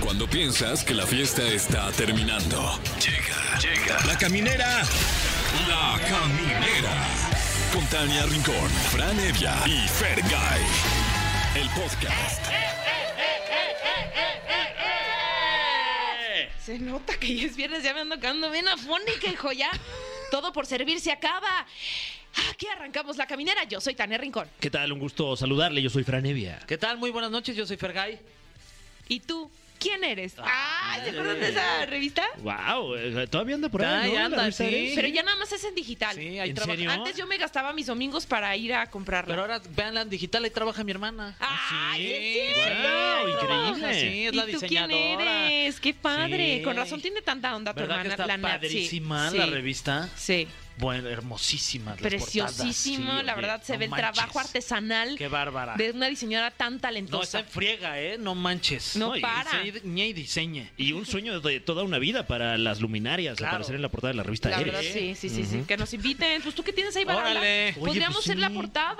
Cuando piensas que la fiesta está terminando. Llega, llega. La caminera. La caminera. Con Tania Rincón, Fran Evia y Fergay. El podcast. Se nota que ya es viernes, ya me ando quedando bien afónica, hijo, ya. Todo por servir se acaba. Aquí arrancamos la caminera. Yo soy Tania Rincón. ¿Qué tal? Un gusto saludarle. Yo soy Franevia. ¿Qué tal? Muy buenas noches, yo soy Fergay. ¿Y tú? ¿Quién eres? Ah, ¿se acuerdan de esa revista? Wow, eh, todavía anda por Ya, ahí. ¿no? ya La anda, revista sí. Eres. Pero ya nada más es en digital. Sí, ahí ¿En trabaja. serio? Antes yo me gastaba mis domingos para ir a comprarla. Pero ahora veanla en digital, ahí trabaja mi hermana. Ah, ¡Ay, sí. es Guau, cierto! increíble. Trabaja, sí, es la ¿Y tú quién diseñadora. eres? ¡Qué padre! Sí. Con razón tiene tanta onda tu ¿Verdad hermana, que está la Nat, sí. padrísima Sí. la revista? Sí. Bueno, hermosísima. Preciosísimo, la verdad se ve el trabajo artesanal Qué bárbara. de una diseñadora tan No, está talentosa. en friega, ¿eh? No manches. No y para. diseñe- Ni y diseñe. Y un sueño de toda una vida para las luminarias. Claro. Aparecer en la portada de la revista La Eres. verdad, sí, sí, sí, sí. Que nos inviten. Pues tú que tienes ahí, Barala. Órale. Oye, Podríamos pues ser la sí. portada.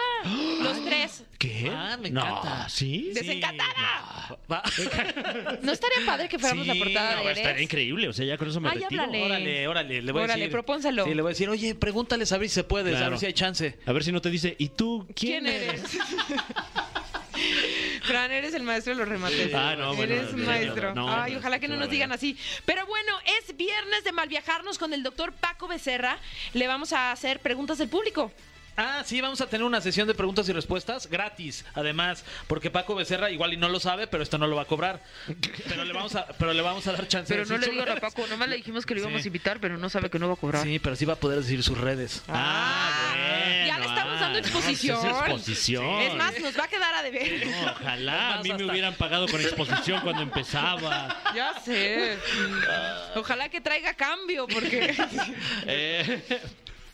Los tres. ¿Qué? Ah, me no. encanta. ¿Sí? Sí, ¡Desencantada! Va. No estaría padre que fuéramos Sí, la portada No, de pues, estaría Eres. increíble. O sea, ya con eso me Ay, retiro. háblale. Órale, órale, le voy a Órale, decir. propónselo. Sí, le voy a decir, oye, pregúntale a ver si se puede, a Claro. ver si hay chance. A ver si no te dice, ¿y tú ¿Quién eres? Fran, eres el maestro de los remates. Ah, no, bueno, Eres no, un maestro. no, no, Ay, no, ojalá que no qué nos digan barbaridad. así. Pero bueno, es viernes de malviajarnos con el doctor Paco Becerra. Le vamos a hacer preguntas del público. Ah, sí, vamos a tener una sesión de preguntas y respuestas gratis, además, porque Paco Becerra igual y no lo sabe, pero esto no lo va a cobrar. Pero le vamos a, pero le vamos a dar chance. de decir sus redes. nomás le dijimos que lo íbamos a invitar, pero no sabe que no va a cobrar. Sí, pero sí va a poder decir sus redes. Ah, bueno, ya le estamos dando ah, no, pues es exposición. exposición. Es más, nos va a quedar a deber. No, ojalá a mí me hasta- hubieran pagado con exposición cuando empezaba. Ya sé. Ojalá que traiga cambio, porque. Eh,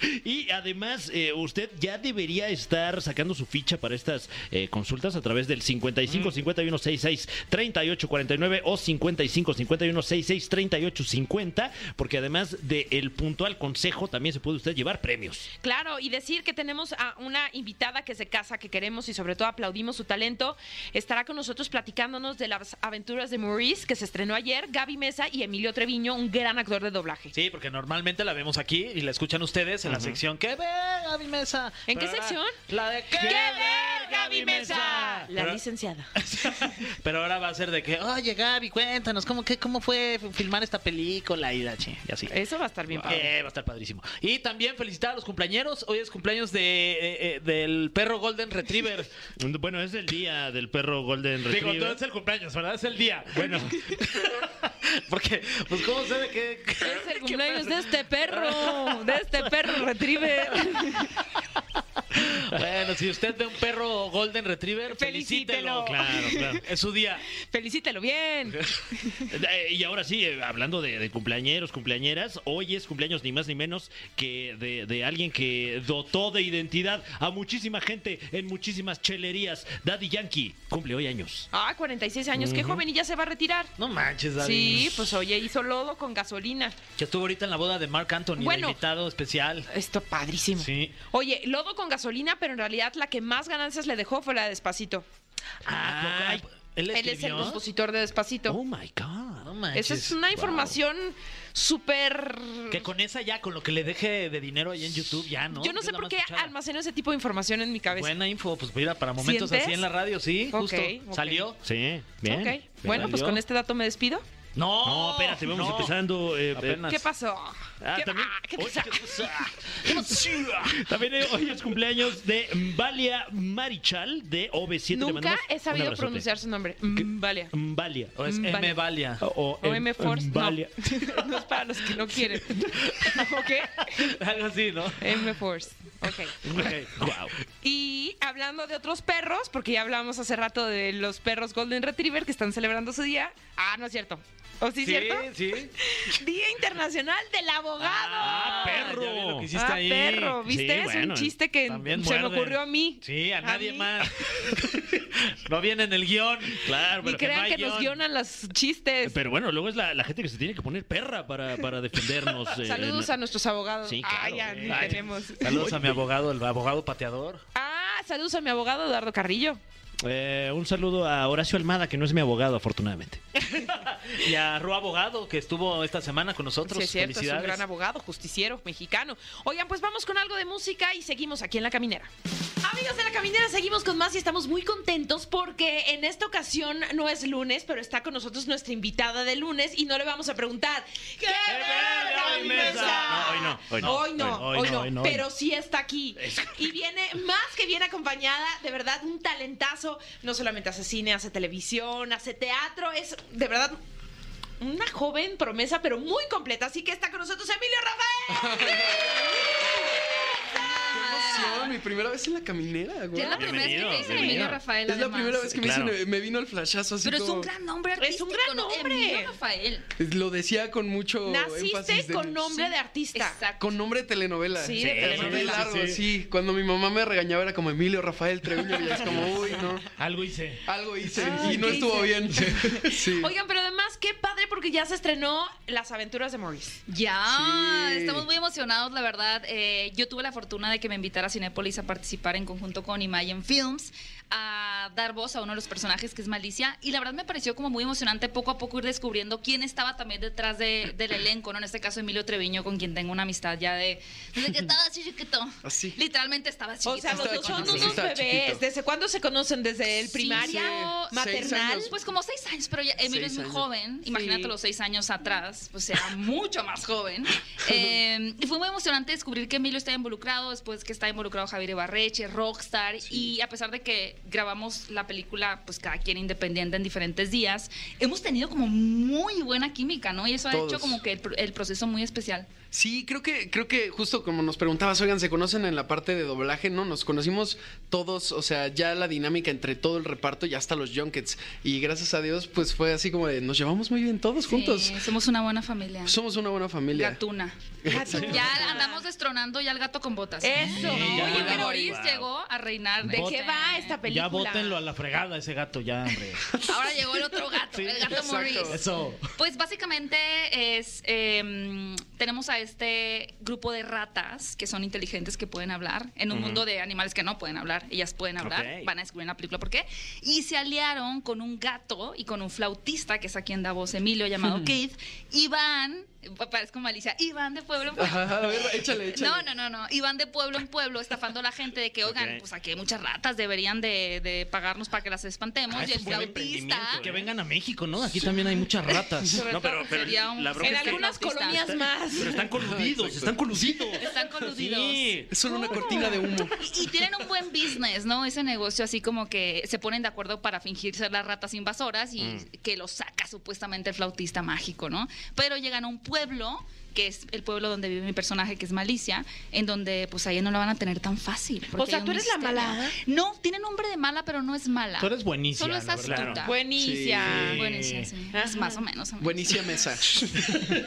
Y además, eh, usted ya debería estar sacando su ficha para estas eh, consultas a través del 55 51 66 38 49 o 55 51 66 38 50, porque además del puntual consejo también se puede usted llevar premios. Claro, y decir que tenemos a una invitada que se casa, que queremos y sobre todo aplaudimos su talento. Estará con nosotros platicándonos de las aventuras de Maurice, que se estrenó ayer, Gaby Mesa y Emilio Treviño, un gran actor de doblaje. Sí, porque normalmente la vemos aquí y la escuchan ustedes en la sección que ve Gaby Mesa. ¿En qué Pero ahora- sección? La de ¿Qué, ¡Qué ver ver, Gaby Mesa! La Pero- licenciada. Pero ahora va a ser de que, oye Gaby, cuéntanos, ¿cómo, qué, cómo fue filmar esta película? Y, la chi- y así. Eso va a estar bien padre. Eh, va a estar padrísimo. Y también felicitar a los cumpleañeros. Hoy es cumpleaños de, eh, eh, del perro Golden Retriever. Bueno, es el día del perro Golden Digo, no Retriever. es el cumpleaños, ¿verdad? Es el día. Bueno. Porque, pues, ¿cómo sé de qué? Es el cumpleaños de este perro, de este perro retriever. Bueno, si usted ve un perro Golden Retriever, felicítelo. Felicítelo. Claro, claro. Es su día. Felicítelo bien. Eh, Y ahora sí, eh, hablando de, de cumpleañeros, cumpleañeras, hoy es cumpleaños ni más ni menos que de, de alguien que dotó de identidad a muchísima gente en muchísimas chelerías. Daddy Yankee cumple hoy años. Ah, 46 años, qué joven y ya se va a retirar. No manches, David. Sí, pues oye, hizo lodo con gasolina. Que estuvo ahorita en la boda de Mark Anthony, Bueno. de invitado especial. Esto padrísimo. Sí. Oye, lodo con gasolina, pero en realidad la que más ganancias le dejó fue la de Despacito. Ah, Ay. él Él es el escribió. compositor de Despacito. Oh my God. No manches. Esa es una información súper... Que con esa ya, con lo que le deje de dinero ahí en YouTube, ya, ¿no? Yo no Es sé la por más qué escuchada. almaceno ese tipo de información en mi cabeza. Buena info, pues mira, para momentos ¿Sientes? así en la radio, sí, Ok, justo. ok. Salió. Sí, bien. Ok. Bueno, pues salió. con este dato me despido. No, No, espérate, vamos no. empezando. eh, eh, Apenas. ¿Qué pasó? Ah, ¿Qué, también- ah, ¿qué Oye, pasa? ¿qué También eh, hoy es cumpleaños de Valia Marichal de OV7. Le Nunca mandamos he un sabido abrazote. pronunciar su nombre. Mm, Vale. Mbalia. O es Mm, M vale. Valia. O, O M Force. No. Mbalia. no es para los que no quieren. ¿Ok? Algo así, ¿no? M Force. Ok. Wow. Y hablando de otros perros, porque ya hablamos hace rato de los perros Golden Retriever que están celebrando su día. Ah, no es cierto. ¿O sí es cierto? sí. Día Internacional del Abogado. Ah, perro. ya vi lo que Ah, hiciste ahí. perro, ¿viste? Sí, es bueno, un chiste que También se me muerden. ocurrió a mí. Sí, a nadie mí. más. no viene en el guión. Claro, Ni crean que, nos guionan los chistes. Pero bueno, luego es la, la gente que se tiene que poner perra para, para defendernos. eh, Saludos en- a nuestros abogados. Sí, claro. Ah, ya, ni Ay. tenemos. Saludos a mi abogado, el abogado pateador. Ah, saludos a mi abogado Eduardo Carrillo. Eh, un saludo a Horacio Almada, que no es mi abogado, afortunadamente. y a Ru Abogado, que estuvo esta semana con nosotros. Sí, es cierto, es un Felicidades. gran abogado, justiciero mexicano. Oigan, pues vamos con algo de música y seguimos aquí en La Caminera. Amigos de La Caminera, seguimos con más y estamos muy contentos porque en esta ocasión no es lunes, pero está con nosotros nuestra invitada de lunes y no le vamos a preguntar ¿Qué, verga, verga, mi mi mesa? mesa? No, hoy no, Hoy no, hoy no, hoy no. pero sí está aquí. Y viene más que bien acompañada, de verdad, un talentazo. No solamente hace cine, hace televisión, hace teatro, es de verdad una joven promesa, pero muy completa. Así que está con nosotros Emilio Rafael. ¡Qué emoción! Mi primera vez en la caminera, güey. Ya es la primera vez que Bienvenido, te dicen bienvenido. Emilio Rafael. Es la además. primera vez que me, hice- Claro. me vino el flashazo así Pero es como... un gran nombre Es artístico. un gran ¿no? nombre. Emilio Rafael. Lo decía con mucho énfasis Naciste de- con nombre Sí. de artista. Exacto. Con nombre de telenovela. Sí, de Sí, telenovela. Nombre sí, sí, largo, sí. sí. Cuando mi mamá me regañaba era como Emilio Rafael Treviño y es como, uy, no. Algo hice. Algo hice Ay, y no ¿qué estuvo bien. Sí. Oigan, pero además, qué padre porque ya se estrenó Las aventuras de Maurice. Ya, Sí. estamos muy emocionados, la verdad. Eh, yo tuve la fortuna de que me invitara a Cinépolis a participar en conjunto con Imagine Films a dar voz a uno de los personajes que es Malicia. Y la verdad me pareció como muy emocionante poco a poco ir descubriendo quién estaba también detrás de- del elenco, ¿no? En este caso, Emilio Treviño, con quien tengo una amistad ya de. Desde que estaba así chiquito. Así. Literalmente estaba chiquito. O sea, los Estaba dos son chiquito, unos estaba bebés. chiquito. ¿Desde cuándo se conocen? ¿Desde el Sí, sí. primaria? Seis ¿Maternal? años. Pues como seis años, pero ya Emilio Seis es muy años. joven. Imagínate Sí. los seis años atrás, pues era mucho más joven. Eh, y fue muy emocionante descubrir que Emilio estaba involucrado, después que estaba involucrado Javier Ibarreche, Rockstar. Y a pesar de que grabamos la película, pues cada quien independiente en diferentes días, hemos tenido como muy buena química, ¿no? Y eso ha hecho Todos. como que el, pr- el proceso muy especial. Sí, creo que, creo que justo como nos preguntabas, oigan, ¿se conocen en la parte de doblaje? No, nos conocimos todos, o sea, ya la dinámica entre todo el reparto y hasta los junkets. Y gracias a Dios, pues fue así como de, nos llevamos muy bien todos juntos. Sí, Eh, somos una buena familia. Somos una buena familia. Gatuna. Gatuna. Ya andamos destronando ya el gato con botas. Eso. Sí, ya. Oye, pero Ay, Oris wow. llegó a reinar. ¿De qué va esta película? Ya bótenlo a la fregada ese gato, ya, hombre. Ahora llegó el otro gato, el gato exacto. Maurice. Eso. Pues básicamente es em, tenemos a este grupo de ratas que son inteligentes que pueden hablar en un mundo de animales que no pueden hablar. Ellas pueden hablar, Ok. van a descubrir en la película por qué. Y se aliaron con un gato y con un flautista que es a quien da voz Emilio llamado Keith y van, parezco malicia, y van de pueblo en pueblo. Ajá, a ver, échale, échale. No, no, no, no. Y van de pueblo en pueblo estafando a la gente de que, oigan, Ok. pues aquí hay muchas ratas, deberían de, de pagarnos para que las espantemos. Ah, y es el un buen flautista. Ah. emprendimiento, ¿eh? Que vengan a México, ¿no? Aquí también hay muchas ratas. Sobre No, pero- todo, pero sería un- la bronca En sería un algunas flautista. colonias más. Pero están Pues coludidos, están coludidos. Están coludidos. Sí. Es solo una cortina de humo. Y, y tienen un buen business, ¿no? Ese negocio así como que se ponen de acuerdo para fingir ser las ratas invasoras y Mm. que los saca supuestamente el flautista mágico, ¿no? Pero llegan a un pueblo que es el pueblo donde vive mi personaje, que es Malicia, en donde pues ahí no la van a tener tan fácil. porque O sea, hay un ¿tú eres la misterio. mala? No, tiene nombre de mala, pero no es mala. Tú eres buenísima, Solo es la verdad. astuta. Claro. Buenicia. Sí. Buenísima, sí. Es Ajá. más o menos. amigos. Buenicia Mesa. Si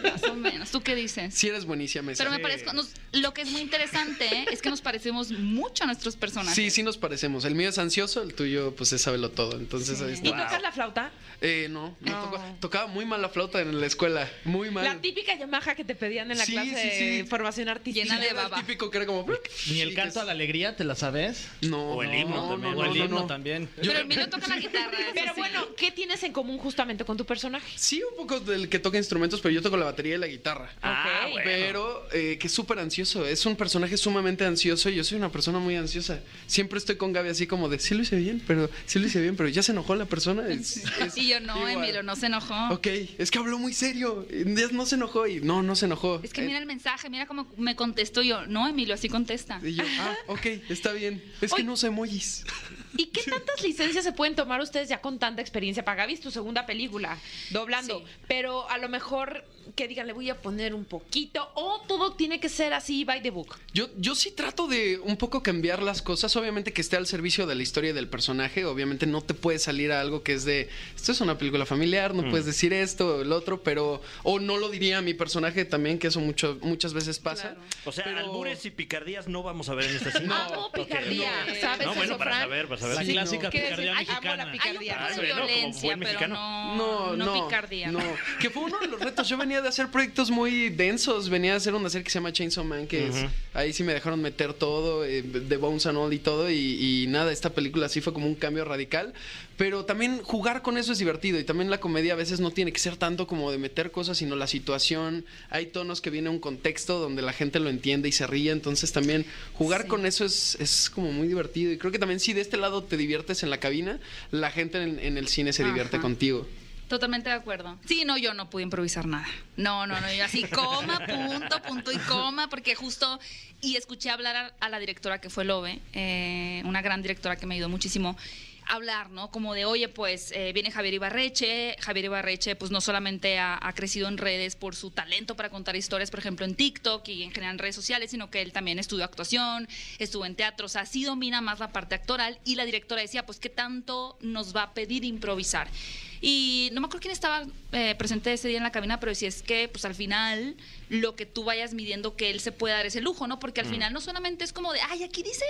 Más o menos. ¿Tú qué dices? eres Buenicia Mesa. Pero me parezco, nos- lo que es muy interesante es que nos parecemos mucho a nuestros personajes. Sí, sí nos parecemos. El mío es ansioso, el tuyo pues es sábelo todo. Entonces ahí ¿Y está. tocas la flauta? Eh, no, no No. toco- tocaba muy mal la flauta en la escuela, muy mal. La típica Yamaha que te pedían en la Sí, clase sí, sí. de formación artística. Llena de Era el baba. típico que era como Ni el canto a la alegría, ¿te la sabes? No, O el no, himno no, también. no, o el no, himno no. también. Pero Emilio toca la guitarra. eso Pero sí. bueno, ¿qué tienes en común justamente con tu personaje? Sí, un poco del que toca instrumentos, pero yo toco la batería y la guitarra. Ah, Ok. bueno. Pero eh, que es súper ansioso, es un personaje sumamente ansioso y yo soy una persona muy ansiosa. Siempre estoy con Gaby así como de, sí lo hice bien, pero sí lo hice bien, pero ya se enojó la persona. Es- es Y yo no, igual. Emilio, no se enojó. Ok, es que habló muy serio, ya no se enojó y no, no se enojó. Es que Eh, mira el mensaje, mira cómo me contestó yo. No, Emilio, así contesta. Y yo, ah, ok, está bien. Es que Oye. no uso emojis. ¿Y qué tantas licencias se pueden tomar ustedes ya con tanta experiencia? Para Gaby es tu segunda película, doblando. Sí. Pero a lo mejor que digan, le voy a poner un poquito. O todo tiene que ser así, by the book. Yo, yo sí trato de un poco cambiar las cosas, obviamente que esté al servicio de la historia y del personaje, obviamente no te puede salir a algo que es de, esto es una película familiar, no puedes decir esto o el otro, pero, o no lo diría a mi personaje también, que eso mucho, muchas veces pasa. Claro. O sea, Pero- albures y picardías no vamos a ver en esta cena. Amo picardía, no. ¿sabes No, bueno, eso, para Fran? saber, pues, para saber. La Sí, clásica no. ¿Qué picardía decir? Ay, amo la mexicana. Hay un picardía. poco Ah, de bueno, como buen violencia, pero mexicano. no, No, no. picardía. No, que fue uno de los retos. Yo venía de hacer proyectos muy densos. Venía de hacer una serie que se llama Chainsaw Man, que es- Ujú. ahí sí me dejaron meter todo, eh, de Bones and All y todo. Y, y nada, esta película sí fue como un cambio radical. Pero también jugar con eso es divertido. Y también la comedia a veces no tiene que ser tanto como de meter cosas, sino la situación. Hay tonos que viene un contexto donde la gente lo entiende y se ríe. Entonces también jugar Sí. con eso es, es como muy divertido. Y creo que también si de este lado te diviertes en la cabina, la gente en, en el cine se divierte Ajá. contigo. Totalmente de acuerdo. Sí, no, yo no pude improvisar nada. No, no, no, yo así coma, punto, punto y coma, porque justo, y escuché hablar a, a la directora que fue Lobe, eh, una gran directora que me ayudó muchísimo a hablar, ¿no? Como de, oye, pues eh, viene Javier Ibarreche, Javier Ibarreche pues no solamente ha, ha crecido en redes por su talento para contar historias, por ejemplo, en TikTok y en general en redes sociales, sino que él también estudió actuación, estuvo en teatro, o sea, sí domina más la parte actoral y la directora decía, pues, ¿qué tanto nos va a pedir improvisar? Y no me acuerdo quién estaba eh, presente ese día en la cabina, pero si es que, pues al final, lo que tú vayas midiendo que él se puede dar ese lujo, ¿no? Porque al Mm. final no solamente es como de, ay, aquí dice,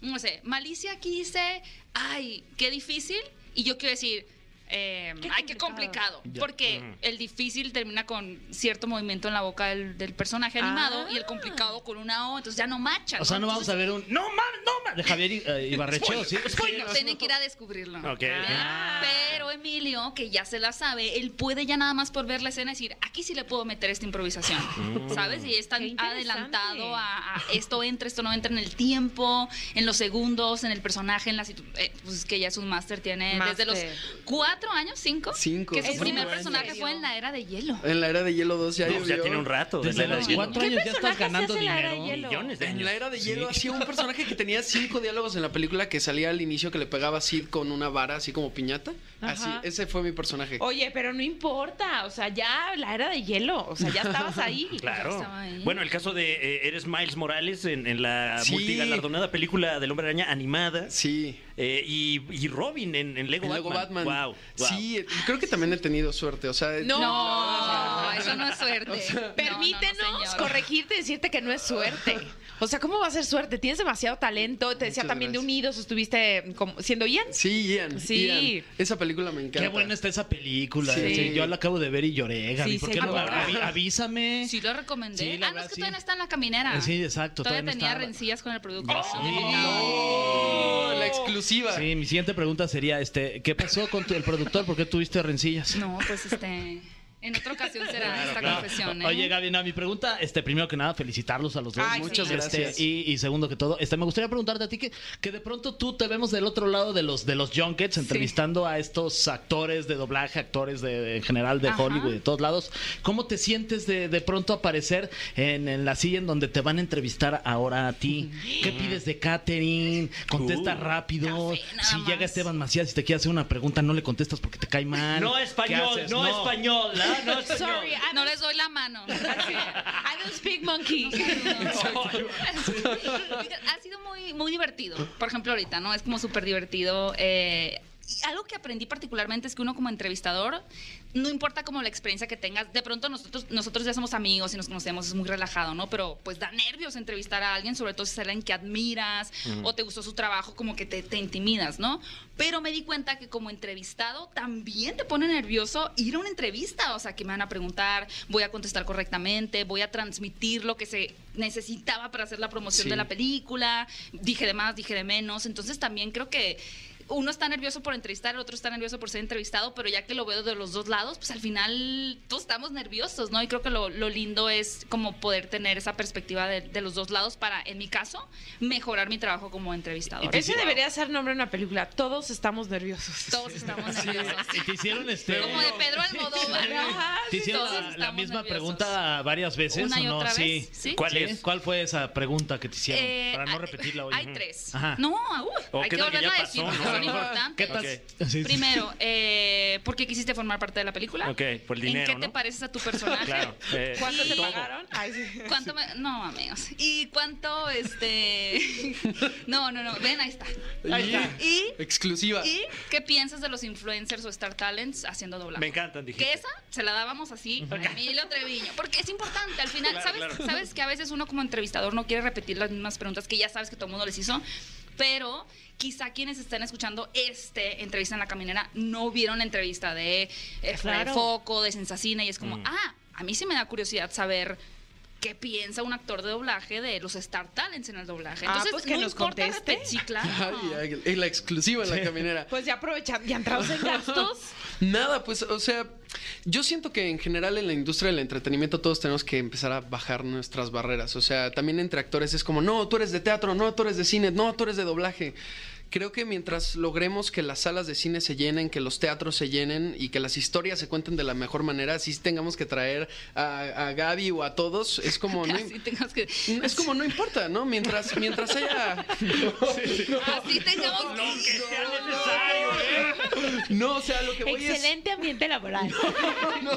no sé, malicia aquí dice, ay, qué difícil, y yo quiero decir, eh, Qué ay, qué complicado". complicado, porque Mm. el difícil termina con cierto movimiento en la boca del, del personaje animado Ah. y el complicado con una O, entonces ya no macha. O sea, no vamos a Entonces, ver un. ¡No más, no más! De Javier I- eh, Ibarreche, ¿o ¿sí? bueno, tienen que ir a descubrirlo. Ok. ¿verdad? Pero Emilio, que ya se la sabe, él puede ya nada más por ver la escena decir, aquí sí le puedo meter esta improvisación, ¿sabes? Y es tan Qué interesante. adelantado a, a esto entra, esto no entra en el tiempo, en los segundos, en el personaje, en la situ- eh, pues es que ya es un máster, tiene Máster. desde los cuatro años, cinco, Cinco. que su Es primer un buen personaje serio. fue en la era de hielo. En la era de hielo 2 ya No, pues ya llovió. tiene un rato. de Desde la los hielo. cuatro ¿Qué años ya estás personaje ganando hace la era dinero. de hielo? Millones de En años. la era de Sí. hielo hacía un personaje que tenía cinco diálogos en la película que salía al inicio que le pegaba así con una vara, así como piñata. Así, Ajá. ese fue mi personaje. Oh, Oye, pero no importa, o sea, ya la era de hielo, o sea, ya estabas ahí. Claro. Estaba ahí. Bueno, el caso de eh, Eres Miles Morales en, en la Sí. multigalardonada película del Hombre Araña animada. Sí. Eh, y, y Robin en, en Lego En Lego Batman. Batman. Wow, wow. Sí, creo que también he tenido suerte. O sea, No. No, eso no es suerte. No, no, no, Permítenos señor. corregirte y decirte que no es suerte. O sea, ¿cómo va a ser suerte? Tienes demasiado talento. Te decía Muchas también de gracias. Unidos, estuviste como- siendo Ian. Sí, Ian. Sí. Ian. Esa película me encanta. Qué buena está esa película. Sí. sí, yo la acabo de ver y lloré, Gaby. Sí, ¿Por sí, qué no la- llora. avi- Avísame. Sí, lo recomendé. Sí, la ah, no, verdad, es que sí. Eh, todavía no está en la caminera. Sí, exacto, Todavía, todavía no tenía estaba. rencillas con el producto. Oh, la exclusiva. Sí, mi siguiente pregunta sería, este, ¿qué pasó con tu- el productor? ¿Por qué tuviste rencillas? No, pues este. En otra ocasión será esta Claro. confesión. ¿eh? Oye, Gaby, no, mi pregunta, este, primero que nada, felicitarlos a los dos. Ay, Muchas sí. gracias. Este, y, y segundo que todo, este, me gustaría preguntarte a ti que, que de pronto tú te vemos del otro lado de los de los junkets, entrevistando a estos actores de doblaje, actores de, de- en general de Ajá. Hollywood, de todos lados. ¿Cómo te sientes de, de pronto aparecer en, en la silla en donde te van a entrevistar ahora a ti? ¿Qué pides de catering? Contesta Uh. rápido. Café, nada si llega más. Esteban Macías y te quiere hacer una pregunta, no le contestas porque te cae mal. No ¿Qué español, haces? no, español, ¿ah? no español. Sorry, I no don't, les doy la mano. I don't speak monkey. ha sido muy, muy divertido. Por ejemplo, ahorita, ¿no? Es como súper divertido. eh, y algo que aprendí particularmente es que uno como entrevistador, no importa como la experiencia que tengas, de pronto nosotros, nosotros ya somos amigos y nos conocemos, es muy relajado, ¿no? Pero pues da nervios entrevistar a alguien, sobre todo si es alguien que admiras o te gustó su trabajo, como que te, te intimidas, ¿no? Pero me di cuenta que como entrevistado también te pone nervioso ir a una entrevista, o sea, que me van a preguntar, voy a contestar correctamente, voy a transmitir lo que se necesitaba para hacer la promoción Sí. de la película, dije de más, dije de menos, entonces también creo que uno está nervioso por entrevistar, el otro está nervioso por ser entrevistado, pero ya que lo veo de los dos lados, pues al final todos estamos nerviosos, ¿no? Y creo que lo, lo lindo es como poder tener esa perspectiva de, de los dos lados para, en mi caso, mejorar mi trabajo como entrevistador. Ese debería ser nombre de una película. Todos estamos nerviosos. Todos estamos nerviosos. Y te hicieron este. Como de Pedro Almodóvar. Ajá, Te hicieron Todos la, la estamos misma nerviosos. pregunta varias veces, Una y ¿o no? otra sí. vez, ¿sí? ¿Cuál Sí. es? ¿Cuál fue esa pregunta que te hicieron? Eh, Para no hay- repetirla hoy. Hay Ujú. tres. Ajá. No, uh, O hay qué que tal que volverla ya a pasó, decir porque ¿no? son ¿Qué importantes. tal? Sí, sí. Primero, eh, ¿por qué quisiste formar parte de la película? Ok, por el dinero, ¿En qué te ¿no? pareces a tu personaje? Claro. eh, ¿Cuánto te Sí. pagaron? Ay, sí. ¿Cuánto me- No, amigos. ¿Y cuánto, este... no, no, no. Ven, ahí está. Ahí está. Y... Exclusiva. ¿Y qué piensas de los influencers o Star Talents haciendo doblaje? Me encantan, dije. Que esa se la dábamos así a Emilio Treviño. Porque es importante, al final, Claro, ¿sabes, claro. sabes que a veces uno como entrevistador no quiere repetir las mismas preguntas que ya sabes que todo el mundo les hizo? Pero quizá quienes están escuchando este entrevista en la caminera no vieron la entrevista de eh, Fuera de Claro. Foco, de Sensacina, y es como, ah, a mí sí me da curiosidad saber qué piensa un actor de doblaje de los Star Talents en el doblaje. Ah, Entonces, pues que no nos importa conteste. repet- Sí, claro. Ay, ay, y la exclusiva en la caminera. Pues ya aprovechando, ya entramos en gastos. Nada, pues, o sea, yo siento que en general en la industria del entretenimiento todos tenemos que empezar a bajar nuestras barreras. O sea, también entre actores es como, no, tú eres de teatro, no, tú eres de cine, no, tú eres de doblaje. Creo que mientras logremos que las salas de cine se llenen, que los teatros se llenen y que las historias se cuenten de la mejor manera, si tengamos que traer a, a Gaby o a todos, es como... No, Así tengamos que. es como no importa, ¿no? Mientras, mientras haya... Así tengamos que. No, o sea, lo que voy es... Excelente ambiente laboral. no,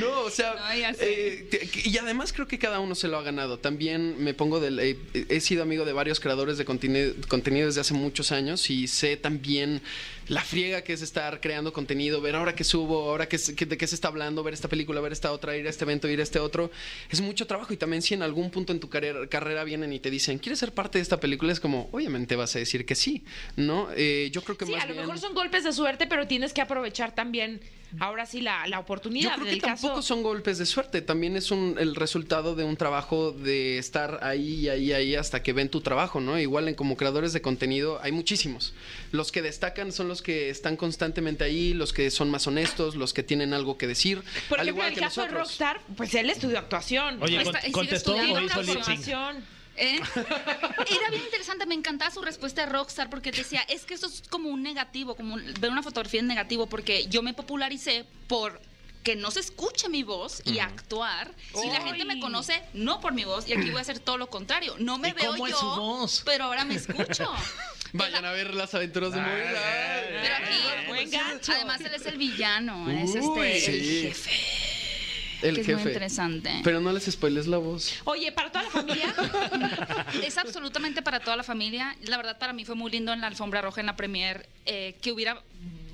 no, o sea, No, ya sé. eh, te- que- y además creo que cada uno se lo ha ganado. También me pongo del, eh, eh, he sido amigo de varios creadores de contenido, contenido desde hace muchos años y sé también la friega que es estar creando contenido, ver ahora qué subo, ahora qué, se- qué- de qué se está hablando, ver esta película, ver esta otra, ir a este evento, ir a este otro. Es mucho trabajo y también si en algún punto en tu carrera, carrera vienen y te dicen, ¿quieres ser parte de esta película? Es como, obviamente vas a decir que sí, ¿no? Eh, yo creo que Sí, más a lo bien- mejor son golpes de suerte, pero tienes que aprovechar también ahora sí la, la oportunidad. Yo creo en que el caso- tampoco son golpes de suerte, también es un, el resultado de un trabajo de estar ahí, ahí, ahí hasta que ven tu trabajo, ¿no? Igual en como creadores de contenido hay muchísimos. Los que destacan son los que están constantemente ahí, los que son más honestos, los que tienen algo que decir. Por al ejemplo, igual en el que caso nosotros. de Rockstar, pues él estudió actuación. Pues, Oye, Ahí con- está, y sigue contestó estudiando o Tiene una hizo lip sync. formación. ¿Eh? Era bien interesante, me encantaba su respuesta a Rockstar porque decía, es que esto es como un negativo, como un- ver una fotografía en negativo, porque yo me popularicé por que no se escuche mi voz y actuar. Y la Ay. gente me conoce no por mi voz, y aquí voy a hacer todo lo contrario. No me ¿Y veo cómo es yo, su voz? pero ahora me escucho. Vayan a ver las aventuras de Moira. Pero aquí, Ah, pues, pues, Buen gancho. además él es el villano, es Uy, este, sí. el jefe, El que jefe. es muy interesante. Pero no les spoiles la voz. Oye, para toda la familia. Es absolutamente para toda la familia. La verdad, para mí fue muy lindo en la alfombra roja, en la premier, eh, que hubiera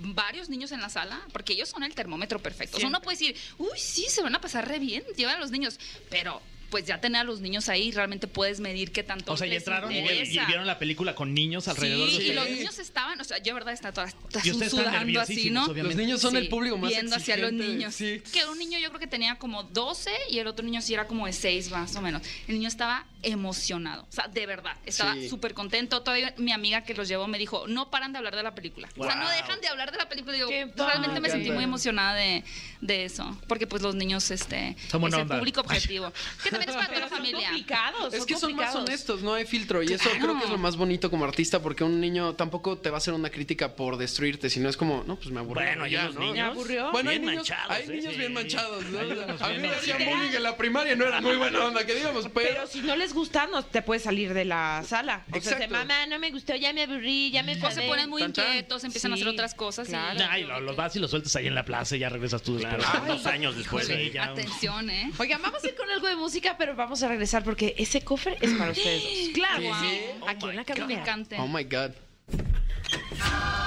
varios niños en la sala, porque ellos son el termómetro perfecto. O sea, uno puede decir, uy, sí, se van a pasar re bien, llevan a los niños, pero pues ya tener a los niños ahí, realmente puedes medir qué tanto O sea, y les entraron y, interesa. y vieron la película con niños alrededor Sí, de y ustedes. los niños estaban, o sea, yo de verdad estaba toda, toda Y ustedes estaban sudando así, nerviosísimos, ¿no? obviamente. Los niños son Sí, el público más Viendo hacia los exigente, niños. sí. Que un niño yo creo que tenía como 12 y el otro niño sí era como de 6 más o menos. El niño estaba emocionado, o sea, de verdad, estaba Sí. súper contento. Todavía mi amiga que los llevó me dijo, no paran de hablar de la película. O sea, no Wow. dejan de hablar de la película. Digo, Qué realmente me padre. sentí muy emocionada de, de eso, porque pues los niños este, Son buena es el onda. público objetivo. que también es para toda Pero la son familia. complicados. Es que son más complicados. honestos, no hay filtro. Y eso Claro. creo que es lo más bonito como artista, porque un niño tampoco te va a hacer una crítica por destruirte, sino es como, no, pues me aburrió. Bueno, ya, ya los ¿no? Me niños. aburrió. Bueno, hay Bien niños, manchados, hay ¿eh? niños Sí. bien manchados, ¿no? Hay unos a mí bien me hacían manchados. bullying en la primaria, no era muy buena onda, que digamos, pero... Pero si no les gusta, no te puedes salir de la sala. O sea, Exacto. Mm. de, mamá, no me gustó, ya me aburrí, ya me O se enfadé". ponen muy Tan, tan. inquietos, empiezan a hacer Sí, otras cosas. y- claro. Ay, lo- los vas y los sueltas ahí en la plaza y ya regresas tú después. Claro, dos años después. Híjole. ahí. ya un- Atención, ¿eh? Oigan, vamos a ir con algo de música, pero vamos a regresar porque ese cofre es para ustedes dos. Claro, Wow. sí. Aquí en la Me cabina. encanta. Oh my God.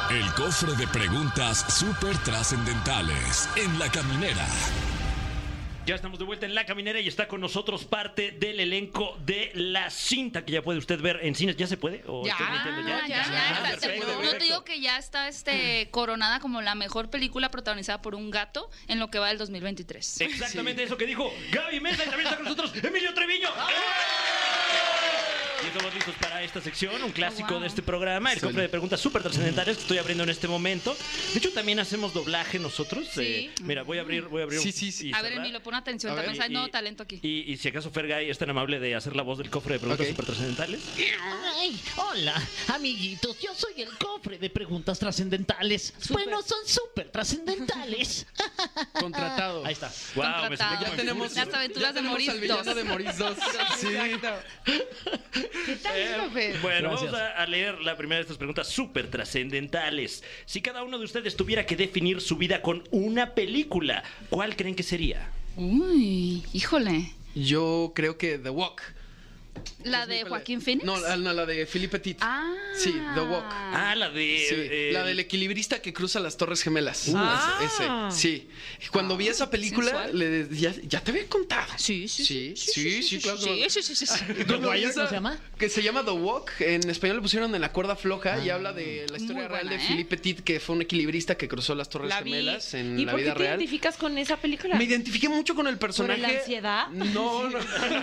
El cofre de preguntas súper trascendentales en la caminera. Ya estamos de vuelta en La Caminera y está con nosotros parte del elenco de La Cinta, que ya puede usted ver en cines. ¿Ya se puede? ¿O Ya, estoy mintiendo Ah, ya, Ah, ya, está. perfecto, No te perfecto. digo que ya está este, coronada como la mejor película protagonizada por un gato en lo que va del 2023. Exactamente eso que dijo Gaby Mesa y también está con nosotros Emilio Treviño. Y estamos listos para esta sección, un clásico Oh, wow. de este programa, el cofre de preguntas súper trascendentales que estoy abriendo en este momento. De hecho, también hacemos doblaje nosotros. Sí. Eh, mira, voy a abrir, voy a abrir. Sí, un- sí, sí. y A ver, cerrar. Emilio, pon atención, A ver, también y- hay nuevo y- talento aquí. Y, y si acaso Fergay es tan amable de hacer la voz del cofre de preguntas Ok. súper trascendentales. Ay, hola, amiguitos, yo soy el cofre de preguntas trascendentales. Bueno, son súper trascendentales. Contratado. Ahí está. Wow, me Contratado. sentí Ya como tenemos... Las aventuras ya de tenemos Maurice al villano dos. de Maurice dos. Sí. ¿Qué tal, cofre? Bueno, Gracias. vamos a, a leer la primera de estas preguntas súper trascendentales. Si cada uno de ustedes tuviera que definir su vida con una película, ¿cuál creen que sería? Uy, híjole. Yo creo que The Walk. La Es mi de peli- Joaquín Phoenix. No, la, no, la de Philippe Petit. Ah. Sí, The Walk. Ah, la de. Sí, eh, la del equilibrista que cruza las Torres Gemelas. Ah. Ese, ese, sí. Cuando vi esa película, sensual. le, ya, ya te había contado. Sí, sí. Sí, sí, sí, claro. Sí, sí, sí, sí, sí. ¿Cómo Wire, ¿cómo se llama? Que se llama The Walk. En español le pusieron en la cuerda floja y habla de la historia Muy real de buena, ¿eh? Philippe Petit, que fue un equilibrista que cruzó las Torres La vi. Gemelas en ¿Y la por vida qué te real. identificas con esa película? Me identifiqué mucho con el personaje. la ansiedad? No, no.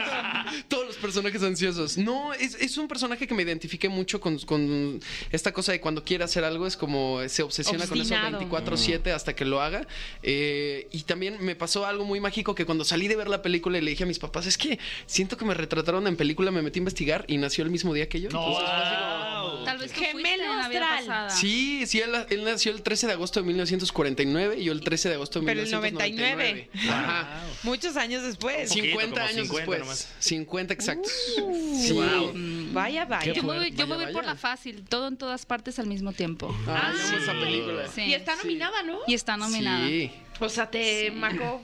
Todos los personajes ansiosos. No, es, es un personaje que me identifiqué mucho con, con esta cosa de cuando quiere hacer algo, es como se obsesiona Obstinado. con eso 24-7 hasta que lo haga. Eh, y también me pasó algo muy mágico que cuando salí de ver la película y le dije a mis papás, es que siento que me retrataron en película, me metí a investigar y nació el mismo día que yo. Entonces, fue así como- Tal vez tú Gemelo fuiste en la vida astral. pasada. Sí, sí, él, él nació el 13 de agosto de 1949 y yo el 13 de agosto de Pero el 1999. Ajá. Muchos años después. Sí. Poquito, 50 como años 50 después. Uh. nomás. 50 exactos. Sí. Wow. Mm, Vaya, vaya. Yo me voy, fuerte, yo me vaya, voy por vaya. la fácil, todo en todas partes al mismo tiempo. Ah, sí. esa película. Sí. Y está Sí. nominada, ¿no? Y está nominada. Sí. Sí. O sea, te marcó.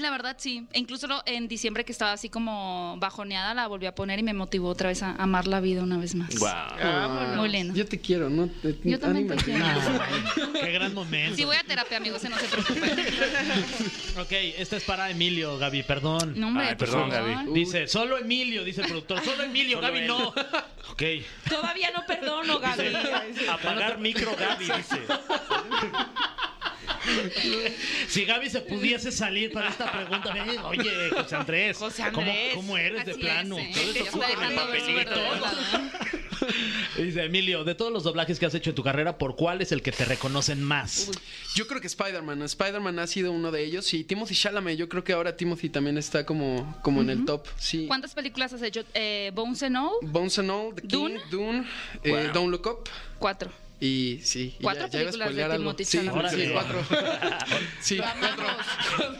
la verdad sí. E incluso lo- en diciembre que estaba así como bajoneada, la volví a poner y me motivó otra vez a amar la vida una vez más. Ah, Muy lindo. Yo te quiero, ¿no? Te- Yo también te anímate. quiero. Qué gran momento. Sí, voy a terapia, amigos, eh, no se preocupen. Ok, esta es para Emilio, Gaby, perdón. No, hombre, Ay, por perdón, favor. Gaby. Dice, solo Emilio, dice el productor. Solo Emilio, Solo Gaby, él. no. Ok. Todavía no perdono, Gaby. Apagar micro Gaby, dice. Si Gaby se pudiese salir para esta pregunta, ven, oye, José Andrés. José ¿cómo- Andrés. ¿cómo, eres de Así plano? es, eh. Todo Ya esto está dejando ver su papelito. verdadero lado. Dice Emilio, de todos los doblajes que has hecho en tu carrera, ¿por cuál es el que te reconocen más? Yo creo que Spider-Man. Spider-Man ha sido uno de ellos. Y Timothy Chalamet. Yo creo que ahora Timothy también está como, como en el top. Sí. ¿Cuántas películas has hecho? Eh, Bones and All, Bones and All, The King, Dune, Dune. eh, Don't Look Up. cuatro. Y sí. y Cuatro iba a películas de spoilear algo. Timothée Sí, Chalamet. sí, Órale. cuatro. sí, cuatro.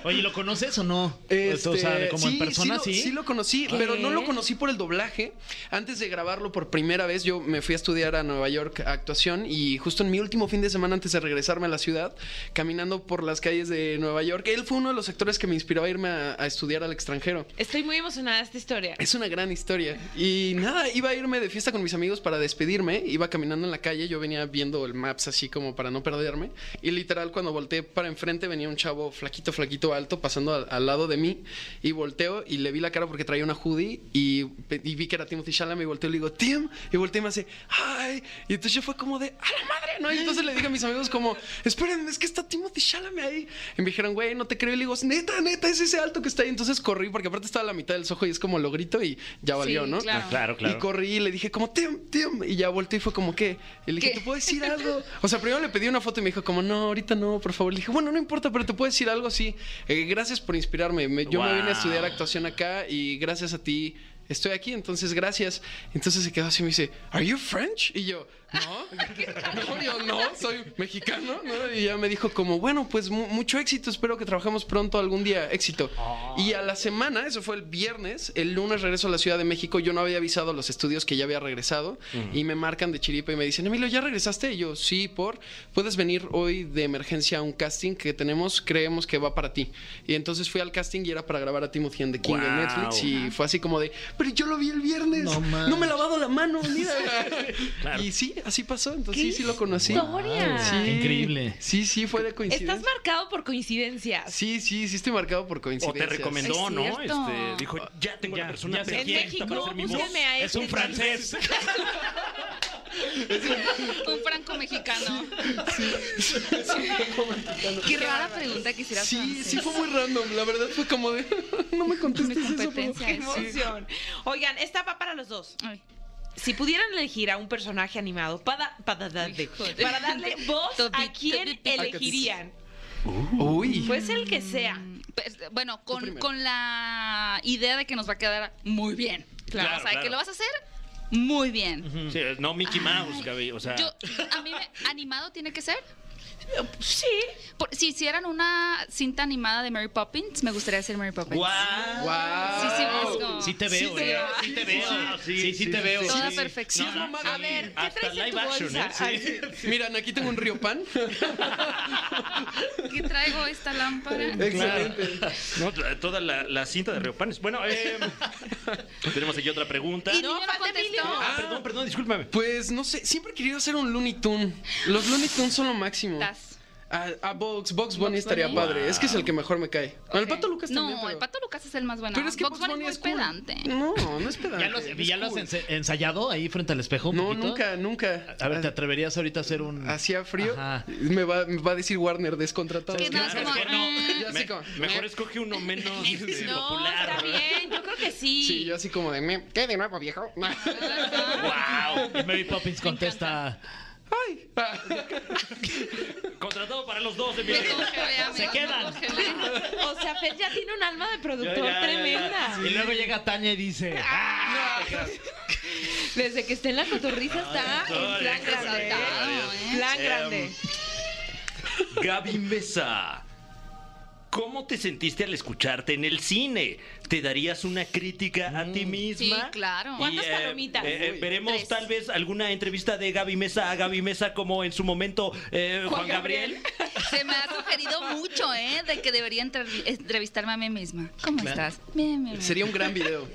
Oye, ¿lo conoces o no? Pues, Este, Pues, o sea, de como sí, en persona, lo- sí. lo conocí, pero no lo conocí por el doblaje. Antes de grabarlo por primera vez, yo me fui a estudiar a Nueva York a actuación y justo en mi último fin de semana antes de regresarme a la ciudad, caminando por las calles de Nueva York, él fue uno de los actores que me inspiró a irme a, a estudiar al extranjero. Estoy muy emocionada de esta historia. Es una gran historia. Y nada, iba a irme de fiesta con mis amigos para despedirme. Iba caminando en la calle, yo venía viendo el maps así como para no perderme. Y literal, cuando volteé para enfrente, venía un chavo flaquito, flaquito, alto, pasando al, al lado de mí. Y volteo y le vi la cara porque traía una hoodie. Y, pe- y vi que era Timothy Chalamet. Y volteo y le digo, Tim. Y volteé y me hace, ¡ay! Y entonces yo fue como de, ¡a la madre! ¿no? Y entonces le dije a mis amigos, como, esperen, es que está Timothy Chalamet ahí. Y me dijeron, güey, no te creo. Y le digo, neta, neta, es ese alto que está ahí. Entonces corrí, porque aparte estaba a la mitad del sojo y es como lo grito y ya valió, Sí, ¿no? claro. Ah, Claro, Y claro. corrí y le dije como, Tim, Tim. Y ya volteé y fue como, ¿qué? Y le dije, ¿Qué? ¿te puedo decir algo? O sea, primero le pedí una foto y me dijo como, no, ahorita no, por favor. Le dije, bueno, no importa, pero te puedo decir algo así. Eh, gracias por inspirarme. Me- yo me vine a Wow. estudiar actuación acá y gracias a ti estoy aquí, entonces gracias. Entonces se quedó así y me dice, ¿Are you French? Y yo, no, no, yo no, soy mexicano. ¿no? Y ya me dijo como, bueno, pues mu- mucho éxito, espero que trabajemos pronto algún día, éxito. Ah. Y a la semana, eso fue el viernes, el lunes regreso a la Ciudad de México, yo no había avisado a los estudios que ya había regresado y me marcan de chiripa y me dicen, Emilio, ¿ya regresaste? Y yo, sí, por, puedes venir hoy de emergencia a un casting que tenemos, creemos que va para ti. Y entonces fui al casting y era para grabar a Timothy and the King en Wow. Netflix y fue así como de, pero yo lo vi el viernes, no, me he lavado la mano, mira. Claro. Y sí, así pasó, entonces sí, sí lo conocí. Historia. Sí. Qué increíble. Sí, sí, fue de coincidencia. Estás marcado por coincidencias. Sí, sí, sí estoy marcado por O te coincidencia. recomendó, Es ¿no? cierto. Este, dijo, ya tengo la persona ya sé En perfecta para México, ser mi voz. búsquenme a Es este un francés. Un franco mexicano. Qué rara pregunta quisiera hacer. Sí, sí fue muy random, la verdad fue como de no me contestes eso. por favor". competencia. Qué emoción. Oigan, esta va para los dos. Ay, Si pudieran elegir a un personaje animado para, para, darle, Híjole. para darle voz, ¿a Todito. quién elegirían? Uy. Pues el que sea. pues, bueno, con, Mm. primero. con la idea de que nos va a quedar muy bien. Claro, Claro, o sea, claro. que lo vas a hacer muy bien. Sí, no Mickey Mouse, Gaby. O sea, Yo, a mí me- animado tiene que ser. Sí. Por- si hicieran una cinta animada de Mary Poppins, me gustaría ser Mary Poppins. Ah, Wow. Sí, sí, busco. Sí te veo, Sí te ¿eh? veo. Sí te veo. Sí, Sí, sí te veo. Toda Sí. perfección. No, no, a sí. ver, ¿Qué Hasta traes en tu live action, bolsa? ¿eh? Sí. Ay, Miran, aquí tengo un río pan. ¿qué traigo esta lámpara? Excelente. No, t- toda la, la cinta de Reopanes. Bueno, eh, tenemos aquí otra pregunta. Y No, no, falta contestó. Emilio. Ah, perdón, perdón, discúlpame. Pues no sé, siempre he querido hacer un Looney Tune. Los Looney Tunes son lo máximo. Tas. A, a Box, Box Bunny estaría Bunny. padre. Es que es el que mejor me cae. El Ok. pato Lucas no, también. pero- el pato Lucas es el más bueno. Pero es que Bugs Box Bunny Bunny es muy cool. pedante. No, no es pedante. ¿Ya, los, ya es lo has cool. ense- ensayado ahí frente al espejo? un No, poquito? nunca, nunca. A Ah. ver, ¿te atreverías ahorita a hacer un. Hacía frío. Ajá. Me va, me va a decir Warner descontratado. Que no, es como, Mejor no. mm, Yo así como- Mejor escoge uno menos este, No, popular. está bien. Yo creo que sí. Sí, yo así como de me. ¿Qué de nuevo, viejo? Y Mary Poppins contesta. Ay. Contratado para los dos, me Emilio. congela, me Se quedan. congela. O sea, Fer ya tiene un alma de productor Ya, ya, ya, ya. tremenda. Y luego llega Tania y dice. Ah. Desde que esté en la cotorriza está no, en plan Ah, ya, ya, grande. ya, ya. Plan Em, grande. Gaby Mesa. ¿Cómo te sentiste al escucharte en el cine? ¿Te darías una crítica a ti misma? Sí, claro. ¿Cuántas eh, palomitas? eh, eh, Mm. Uy, veremos tres. tal vez alguna entrevista de Gaby Mesa a Gaby Mesa como en su momento eh, Juan, Gabriel. Se me ha sugerido mucho, ¿eh? De que debería entre- entrevistarme a mí misma. ¿Cómo estás? Bien, bien, bien. Sería un gran video.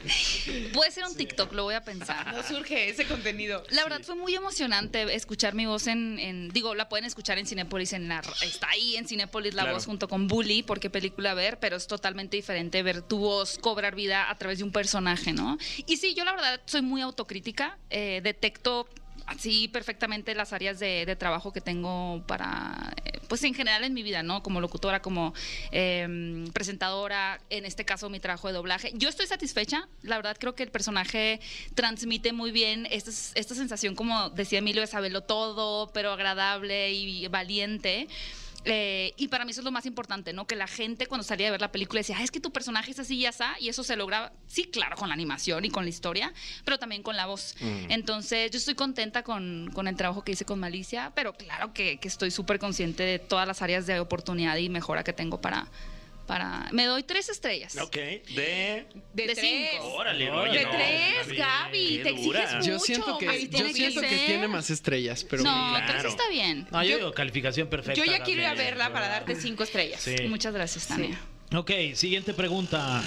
Puede ser un TikTok, lo voy a pensar. No surge ese contenido. La verdad fue muy emocionante escuchar mi voz en, en- digo, la pueden escuchar en Cinépolis, en la, está ahí en Cinépolis la Claro. voz junto con Bully, porque película ver, pero es totalmente diferente ver tu voz cobrar vida a través de un personaje, ¿no? Y sí, yo la verdad soy muy autocrítica, eh, detecto así perfectamente las áreas de, de trabajo que tengo para, eh, pues en general en mi vida, ¿no? Como locutora, como eh, presentadora, en este caso mi trabajo de doblaje. Yo estoy satisfecha, la verdad creo que el personaje transmite muy bien esta, esta sensación, como decía Emilio, de saberlo todo, pero agradable y valiente. Eh, y para mí eso es lo más importante, ¿no? Que la gente cuando salía de ver la película decía, "Ah, es que tu personaje es así y así, y eso se logra, sí, claro, con la animación y con la historia, pero también con la voz. Entonces, yo estoy contenta con, con el trabajo que hice con Malicia, pero claro que, que estoy súper consciente de todas las áreas de oportunidad y mejora que tengo para... para... Me doy tres estrellas. Ok, de... De, De tres. cinco. Órale, oye, De no, tres, Gaby. Qué Te exiges dura. mucho. Yo siento que, ahí yo Gaby, tiene tienes que siento que, ser. tiene más estrellas, pero no, claro. tres está bien. No, yo, Yo- digo calificación perfecta. Yo ya quiero ir a Gabriel, verla para ¿verdad? darte cinco estrellas. Sí. Muchas gracias, Tania. Ok, siguiente pregunta.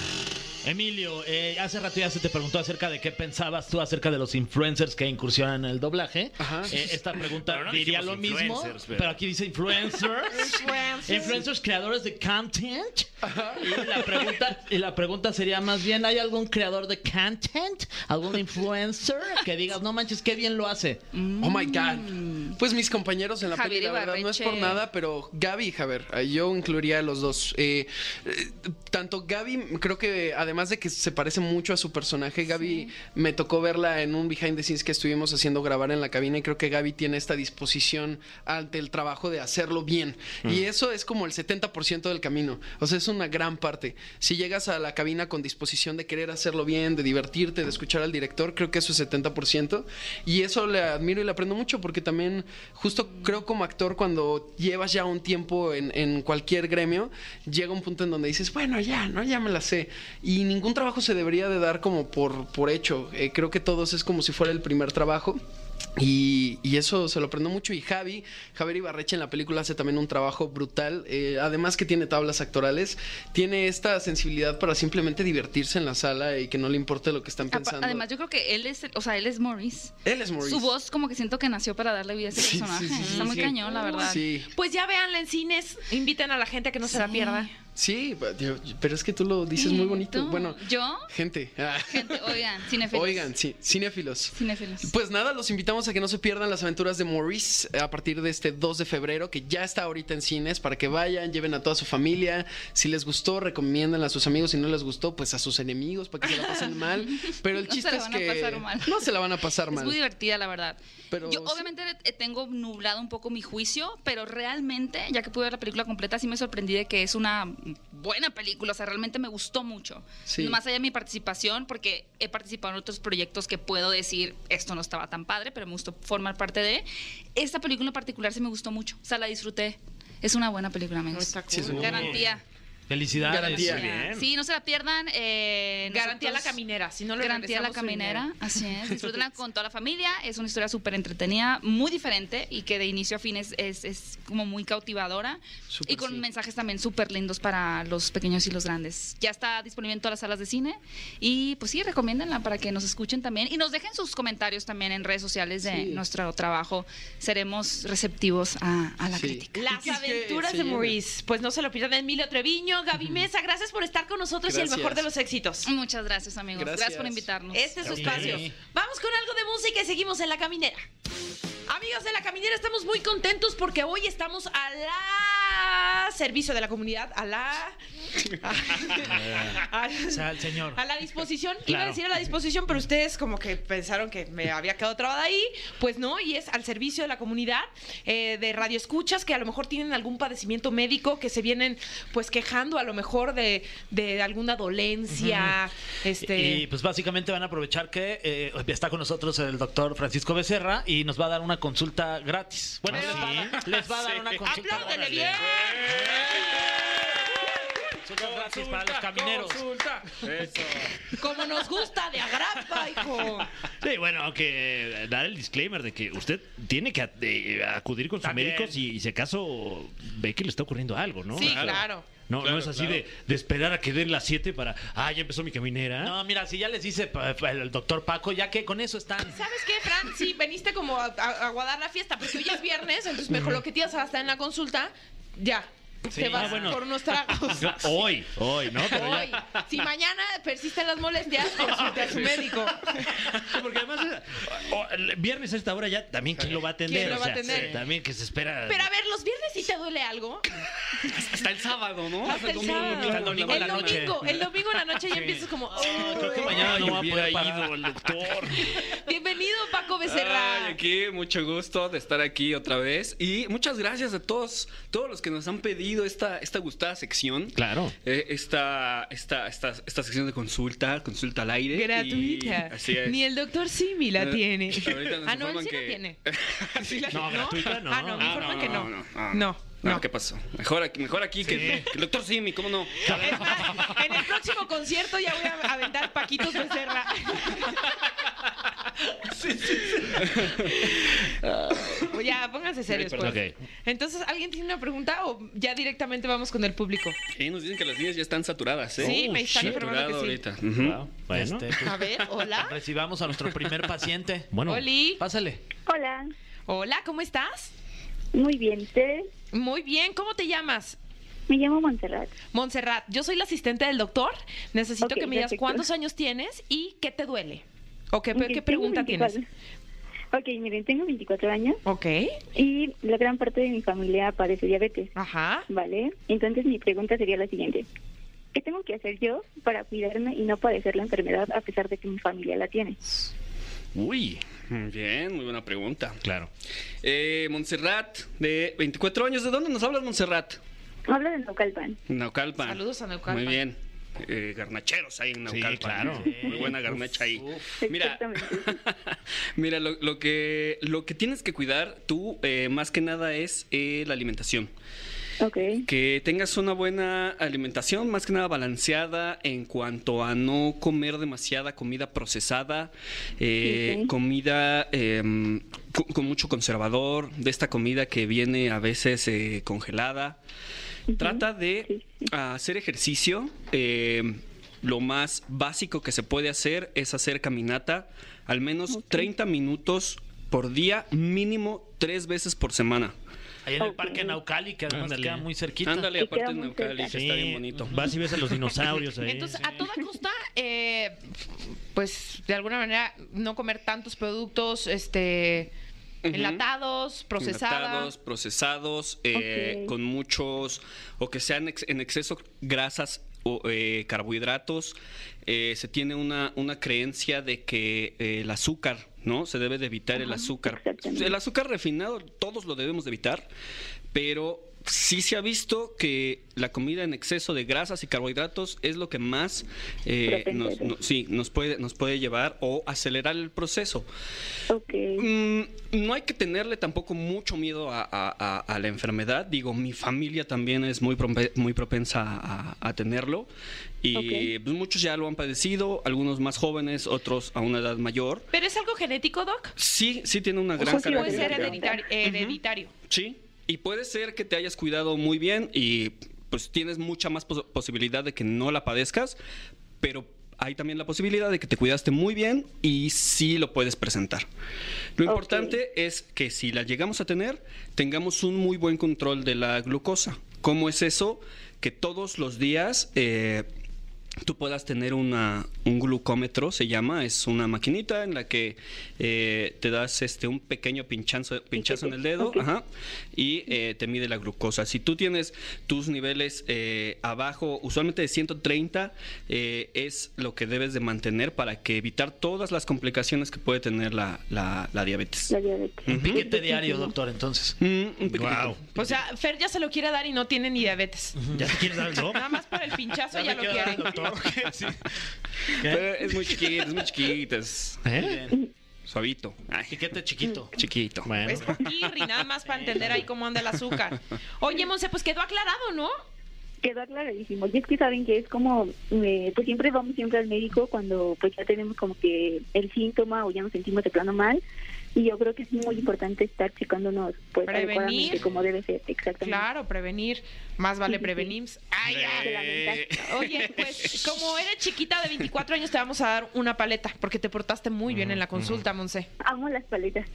Emilio, eh, hace rato ya se te preguntó acerca de qué pensabas tú acerca de los influencers que incursionan en el doblaje. Ajá. Eh, esta pregunta Pero no diría lo dijimos mismo, influencers, pero- pero... aquí dice influencers. influencers creadores de content. Y la, pregunta, y la pregunta sería más bien, ¿hay algún creador de content? ¿Algún influencer que digas, no manches, qué bien lo hace? Oh my God. Pues mis compañeros en la Mm. Javier peli, la verdad, no es por Ibarreche. nada, pero Gaby y Javier, eh, yo incluiría a los dos. Eh, eh, tanto Gaby, creo que además de que se parece mucho a su personaje, Gaby me tocó verla en un behind the scenes que estuvimos haciendo grabar en la cabina y creo que Gaby tiene esta disposición ante el trabajo de hacerlo bien. Y eso es como el 70% del camino. O sea, es una gran parte. Si llegas a la cabina con disposición de querer hacerlo bien, de divertirte, de escuchar al director, creo que eso es 70%. Y eso le admiro y le aprendo mucho porque también, justo creo como actor, cuando llevas ya un tiempo en, en cualquier gremio, llega un punto en donde dices, bueno, ya, ¿no? Ya me la sé. Y ningún trabajo se debería de dar como por, por hecho. Eh, creo que todos es como si fuera el primer trabajo. Y, y eso se lo aprendo mucho. Y Javi, Javier Ibarreche en la película hace también un trabajo brutal. Eh, además que tiene tablas actorales, tiene esta sensibilidad para simplemente divertirse en la sala y que no le importe lo que están Apa- pensando. Además, yo creo que él es, o sea, él es Morris. Él es Maurice. Su voz como que siento que nació para darle vida a ese Sí, sí, personaje. sí, sí, Está muy sí. cañón, la verdad. Sí, Pues ya véanla en cines. Inviten a la gente a que no se la Sí. pierda. sí, pero- pero es que tú lo dices muy bonito. ¿Tú? Bueno, ¿Yo? gente, ah, Gente, oigan, cinefilos. oigan, sí, cinéfilos. Cinefilos. Pues nada, los invitamos a que no se pierdan las aventuras de Maurice eh, a partir de este 2 de febrero, que ya está ahorita en cines, para que vayan, lleven a toda su familia. Si les gustó, recomiéndanla a sus amigos. Si no les gustó, pues a sus enemigos, para que se la pasen mal. Pero el No se chiste la es van a que pasar mal. no se la van a pasar Es muy mal. divertida, la verdad. Pero Yo sí. obviamente eh, tengo nublado un poco mi juicio, pero realmente, ya que pude ver la película completa, sí me sorprendí de que es una buena película. O sea, realmente me gustó mucho. Sí. Más allá de mi participación, porque he participado en otros proyectos que puedo decir, esto no estaba tan padre, pero me gustó formar parte de. Esta película en particular sí me gustó mucho. O sea, la disfruté. Es una buena película, amigos. Está cool. Sí, es un- Garantía. Felicidades. Garantía. Sí, bien. Sí, no se la pierdan. eh, Garantía la nosotros- caminera, si no le Garantía la regresamos su caminera, dinero. así es. Disfrútenla con toda la familia. Es una historia súper entretenida, muy diferente y que de inicio a fin es, es, es como muy cautivadora. Súper, y con sí. mensajes también súper lindos para los pequeños y los grandes. Ya está disponible en todas las salas de cine. Y pues sí, recomiéndenla para que nos escuchen también. Y nos dejen sus comentarios también en redes sociales de Sí. nuestro trabajo. Seremos receptivos a, a la Sí. crítica. Las Y que es que aventuras se de llena. Maurice. Pues no se lo pierdan. Emilio Treviño, Gaby Mesa, gracias por estar con nosotros y el Gracias. mejor de los éxitos. Muchas gracias, amigos. Gracias, Gracias. por invitarnos. Este es su Sí. espacio. Vamos con algo de música y seguimos en la caminera. Amigos de la caminera, estamos muy contentos porque hoy estamos a la servicio de la comunidad, a la. a- O sea, el señor. a la disposición, iba a Claro. decir a la disposición, pero ustedes como que pensaron que me había quedado trabada ahí, pues no, y es al servicio de la comunidad eh, de radioescuchas que a lo mejor tienen algún padecimiento médico, que se vienen pues quejando a lo mejor de, de alguna dolencia, este... Y pues básicamente van a aprovechar que eh, está con nosotros el doctor Francisco Becerra y nos va a dar una consulta gratis. Ah, Bueno, les, va a dar- les va a dar una consulta ¡Apláudele bien! Consultas gratis para los camineros. Consulta. Eso. Como nos gusta de agrapa, hijo. Sí, bueno, aunque eh, dar el disclaimer de que usted tiene que eh, acudir con su También. médico si, si acaso ve que le está ocurriendo algo, ¿no? Sí, O sea, claro. No, Claro, no es así claro. de, de esperar a que den las 7 para, ah, ya empezó mi caminera. No, mira, si ya les dice pa- pa- el doctor Paco, ya que con eso están. ¿Sabes qué, Fran? Sí, veniste como a, a- a aguadar la fiesta, porque hoy es viernes, entonces mejor lo que te ibas a gastar en la consulta, ya. te vas Ah, bueno. por unos tragos. Cla- Hoy, hoy, ¿no? Pero ya- pues Hoy. Si mañana persisten las molestias, consulte a su médico. Sí, porque además, eh, o- el viernes a esta hora ya también, ¿quién lo va a atender? ¿Quién lo O va a sea, atender? sí, También que se espera. Pero a ver, los viernes sí te duele algo. Hasta el sábado, ¿no? Hasta el sábado. hasta el domingo en El la noche. domingo, el domingo en la noche ya empiezas como. Creo que "Ay". mañana no va a poder parar. el doctor. Bienvenido, Paco Becerra. Ay, aquí, mucho gusto de estar aquí otra vez. Y muchas gracias a todos, todos los que nos han pedido esta, esta gustada sección. Claro. Eh, esta, esta, esta, esta sección de consulta, consulta al aire. y- Gratuita. así es. Ni el doctor Simi la Eh, tiene. ahorita nos Ah, no, él informan sí la que- tiene. Sí la- No, gratuita, no. Ah, no, me Ah, informan que no. no, No, No, no. ¿qué pasó? Mejor aquí, mejor aquí que, que el doctor Simi, ¿cómo no? Es más, en el próximo concierto ya voy a aventar Paquitos Becerra. Oye, Ya, pónganse serios. Pues. Ok. Entonces, ¿alguien tiene una pregunta o ya directamente vamos con el público? Eh, nos dicen que las líneas ya están saturadas, ¿eh? Sí, Oh, me están Saturado informando que sí. ahorita. Ujú. Wow, Bueno. Este, pues, A ver, hola. recibamos a nuestro primer paciente. Bueno. Oli. Pásale. Hola, Hola, ¿cómo estás? muy bien, ¿ustedes? Muy bien, ¿cómo te llamas? Me llamo Montserrat. Montserrat, yo soy la asistente del doctor. Necesito Ok, que me digas perfecto. cuántos años tienes y qué te duele. ¿O qué, Miren, qué tengo pregunta tienes? 24. Ok, miren, tengo 24 años Ok, y la gran parte de mi familia padece diabetes, ajá. ¿vale? Entonces mi pregunta sería la siguiente. ¿Qué tengo que hacer yo para cuidarme y no padecer la enfermedad a pesar de que mi familia la tiene? Uy, Muy Bien, muy buena pregunta. claro. Eh, Montserrat, de 24 años. ¿De dónde nos hablas, Montserrat? Hablo de Naucalpan. Naucalpan. Saludos a Naucalpan. Muy bien. Eh, garnacheros ahí en Naucalpan. claro. Muy buena garnacha ahí. Mira, Exactamente. mira lo, lo que, lo que tienes que cuidar tú, eh, más que nada, es eh, la alimentación. Ok, Que tengas una buena alimentación, más que nada balanceada en cuanto a no comer demasiada comida procesada, eh, Ok. comida eh, con, con mucho conservador, de esta comida que viene a veces eh, congelada. Trata de Sí, hacer ejercicio. eh, lo más básico que se puede hacer es hacer caminata al menos 30 minutos por día, mínimo tres veces por semana. Ahí en el Ok. Parque Naucali, que además Ándale. queda muy cerquita. Ándale, Y aparte queda en muy Naucali, que cerca. está Sí, bien bonito. Vas y ves a los dinosaurios ahí. Entonces, a toda costa, eh, pues de alguna manera no comer tantos productos este Ujú. enlatados, Enlatados, procesados. procesados, eh, Ok. con muchos, o que sean ex- en exceso grasas o eh, carbohidratos. Eh, se tiene una, una creencia de que eh, el azúcar, ¿no? Se debe de evitar el azúcar. exactamente. El azúcar refinado todos lo debemos de evitar, pero sí se ha visto que la comida en exceso de grasas y carbohidratos es lo que más eh, Propensa. nos, no- sí, nos, puede, nos puede llevar o acelerar el proceso. Ok. Mm, no hay que tenerle tampoco mucho miedo a, a- a- a la enfermedad. Digo, mi familia también es muy, prompe- muy propensa a, a tenerlo. Y Ok. pues, muchos ya lo han padecido, algunos más jóvenes, otros a una edad mayor. ¿Pero es algo genético, Doc? Sí, sí tiene una gran sea, sí, Puede Genético. ser característica. hereditario. hereditario. Sí, y puede ser que te hayas cuidado muy bien y pues tienes mucha más pos- posibilidad de que no la padezcas, pero hay también la posibilidad de que te cuidaste muy bien y sí lo puedes presentar. Lo Ok. importante es que si la llegamos a tener, tengamos un muy buen control de la glucosa. ¿Cómo es eso? Que todos los días... eh, tú puedas tener una, un glucómetro, se llama, es una maquinita en la que eh, te das este, un pequeño pinchazo, pinchazo en el dedo ajá, y eh, te mide la glucosa. Si tú tienes tus niveles eh, abajo, usualmente de 130, eh, es lo que debes de mantener para que evitar todas las complicaciones que puede tener la, la- la diabetes. La diabetes. Ujú. Piquete diario, doctor, entonces. Mm, un piquitito. Wow. O sea, Fer ya se lo quiere dar y no tiene ni diabetes. ¿Ya te quieres dar el dop? Nada más por el pinchazo ya lo quiere. Pero es muy chiquito, es muy chiquito, es ¿Eh? suavito. Ay, Piquete chiquito. chiquito. Es Pues, Bueno. poquirri, nada más para entender ahí cómo anda el azúcar. Oye, Monse, pues quedó aclarado, ¿no? Quedó aclaradísimo. Y es que saben que es como, eh, pues siempre vamos siempre al médico cuando pues ya tenemos como que el síntoma o ya nos sentimos de plano mal. Y yo creo que es muy importante estar checándonos pues Prevenir. adecuadamente como debe ser, exactamente. Claro, prevenir. Más vale Sí, sí, sí. prevenir. Ay, ya. Te Eh. lamentas. Oye, pues como eres chiquita de 24 años, te vamos a dar una paleta, porque te portaste muy bien en la consulta, Monse. Amo las paletas.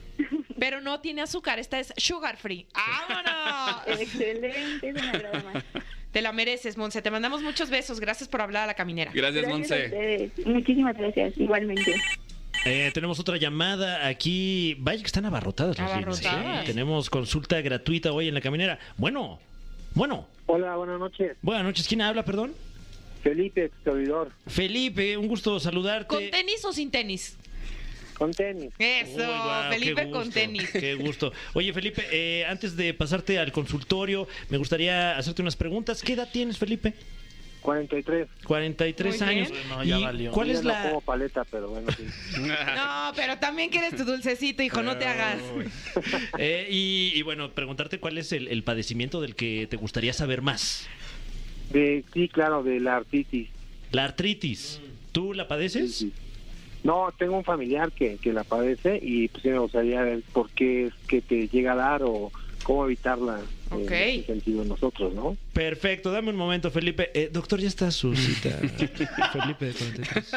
Pero no tiene azúcar, esta es sugar free. ¡Vámonos! Excelente, eso me agrada más. Te la mereces, Monse. Te mandamos muchos besos. Gracias por hablar a la caminera. Gracias, Gracias a Monse. ustedes. Muchísimas gracias, igualmente. Eh, tenemos otra llamada aquí. Vaya que están abarrotadas las líneas, ¿eh? Abarrotadas. Tenemos consulta gratuita hoy en la caminera. Bueno, bueno. Hola, buenas noches. Buenas noches. ¿Quién habla, perdón? Felipe, tu servidor. Felipe, un gusto ¿Con saludarte. tenis o sin tenis? Con tenis. Eso, Uy, guau, qué Felipe con gusto, tenis. Qué gusto. Oye, Felipe, eh, antes de pasarte al consultorio, me gustaría hacerte unas preguntas. ¿Qué edad tienes, Felipe? 43. 43 Muy bien. años. No, ya ¿Y valió. ¿Cuál Yo es no la como paleta, pero bueno, sí. No, pero también quieres tu dulcecito, hijo, no te hagas. Eh, y, y bueno, preguntarte cuál es el, el padecimiento del que te gustaría saber más. De, sí, claro, de la artritis. Mm. La artritis. ¿Tú la padeces? No, tengo un familiar que, que la padece y pues sí me gustaría ver por qué es que te llega a dar o cómo evitarla eh, Ok. en ese sentido nosotros, ¿no? Perfecto, dame un momento, Felipe. Eh, doctor, ya está su cita. Felipe, de 43.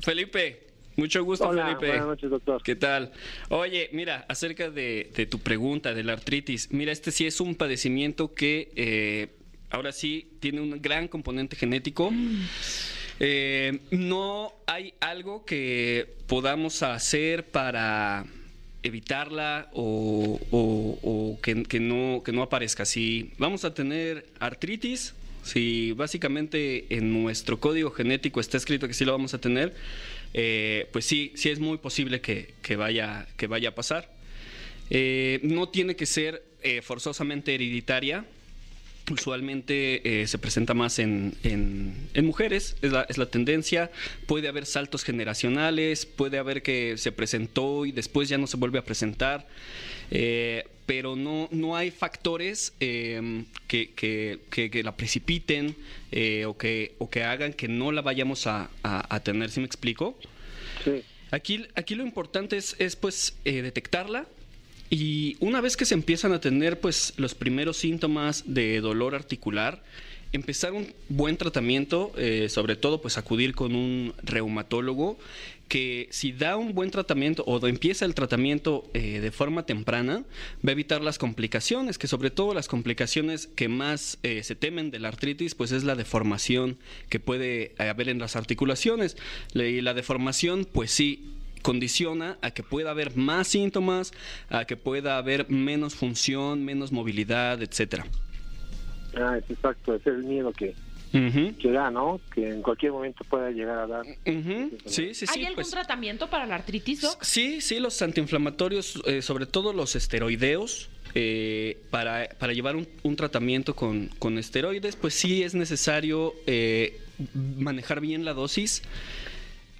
Felipe, mucho gusto, Hola, Felipe. buenas noches, doctor. ¿Qué tal? Oye, mira, acerca de, de tu pregunta de la artritis, mira, este sí es un padecimiento que eh, ahora sí tiene un gran componente genético. Eh, no hay algo que podamos hacer para evitarla o, o- o que, que no, que no aparezca. Si vamos a tener artritis, si básicamente en nuestro código genético está escrito que sí lo vamos a tener, eh, pues sí, sí es muy posible que, que vaya, que vaya a pasar. Eh, no tiene que ser eh, forzosamente hereditaria. Usualmente eh, se presenta más en, en- en mujeres, es la, es la tendencia. Puede haber saltos generacionales, puede haber que se presentó y después ya no se vuelve a presentar. Eh, pero no, no hay factores eh, que, que- que- que la precipiten eh, o, que, o que hagan que no la vayamos a, a- a tener, ¿sí me explico? Sí. Aquí, aquí lo importante es, es, pues eh, detectarla y una vez que se empiezan a tener pues los primeros síntomas de dolor articular, empezar un buen tratamiento, eh, sobre todo pues acudir con un reumatólogo que si da un buen tratamiento o do- empieza el tratamiento eh, de forma temprana, va a evitar las complicaciones, que sobre todo las complicaciones que más eh, se temen de la artritis, pues es la deformación que puede eh, haber en las articulaciones. La- Y la deformación, pues sí, condiciona a que pueda haber más síntomas, a que pueda haber menos función, menos movilidad, etcétera. Ah, es exacto, ese es el miedo que, Ujú, que da, ¿no? Que en cualquier momento pueda llegar a dar. ujú, Sí, sí, sí. ¿Hay algún pues- tratamiento para la artritis, Doc? Sí, sí, los antiinflamatorios, eh, sobre todo los esteroideos, eh, para, para llevar un, un tratamiento con, con esteroides, pues sí es necesario eh, manejar bien la dosis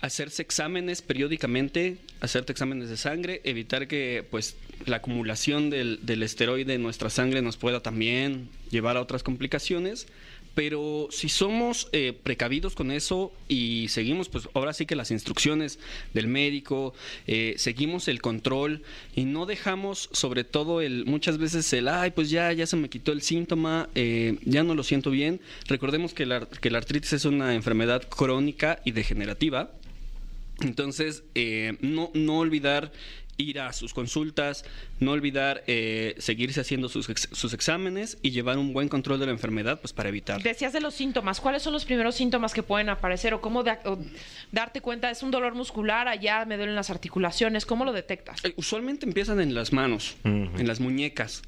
hacerse exámenes periódicamente, hacerte exámenes de sangre, evitar que pues la acumulación del, del esteroide en nuestra sangre nos pueda también llevar a otras complicaciones. Pero si somos eh, precavidos con eso y seguimos, pues ahora sí que las instrucciones del médico, eh, seguimos el control y no dejamos, sobre todo, el muchas veces el, ay, pues ya, ya se me quitó el síntoma, eh, ya no lo siento bien. Recordemos que la, ar- que la artritis es una enfermedad crónica y degenerativa. Entonces, eh, no, no olvidar ir a sus consultas, no olvidar eh, seguirse haciendo sus, ex- sus exámenes y llevar un buen control de la enfermedad pues para evitar. Decías de los síntomas. ¿Cuáles son los primeros síntomas que pueden aparecer o cómo da- o darte cuenta? Es un dolor muscular, allá me duelen las articulaciones. ¿Cómo lo detectas? Eh, Usualmente empiezan en las manos, en las muñecas,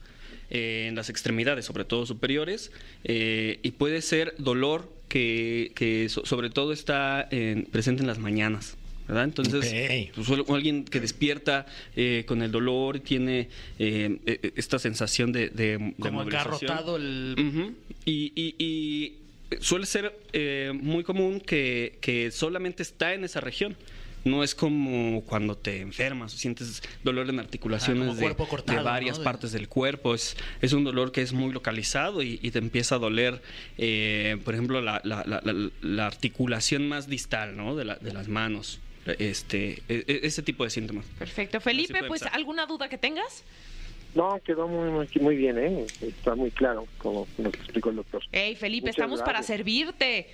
eh, en las extremidades, sobre todo superiores, eh, y puede ser dolor que, que so- sobre todo está en- presente en las mañanas. ¿verdad? Entonces, pues, suel- alguien que despierta eh, con el dolor tiene eh, eh, esta sensación de, de, de Como movilización. engarrotado el. Ujú. y, y- y suele ser eh, muy común que, que solamente está en esa región. No es como cuando te enfermas o sientes dolor en Ah, articulaciones como de, cuerpo cortado, de ¿no? varias De- partes del cuerpo. Es, es un dolor que es muy localizado y, y te empieza a doler, eh, por ejemplo, la, la- la- la- la articulación más distal ¿no? de, la- de las manos. Este, e- e- ese tipo de síntomas. Perfecto. Felipe, puede pues, empezar. ¿alguna duda que tengas? No, quedó muy, muy, muy bien, ¿eh? Está muy claro, como nos explicó el doctor. Hey, Felipe, Muchas estamos para gracias. servirte.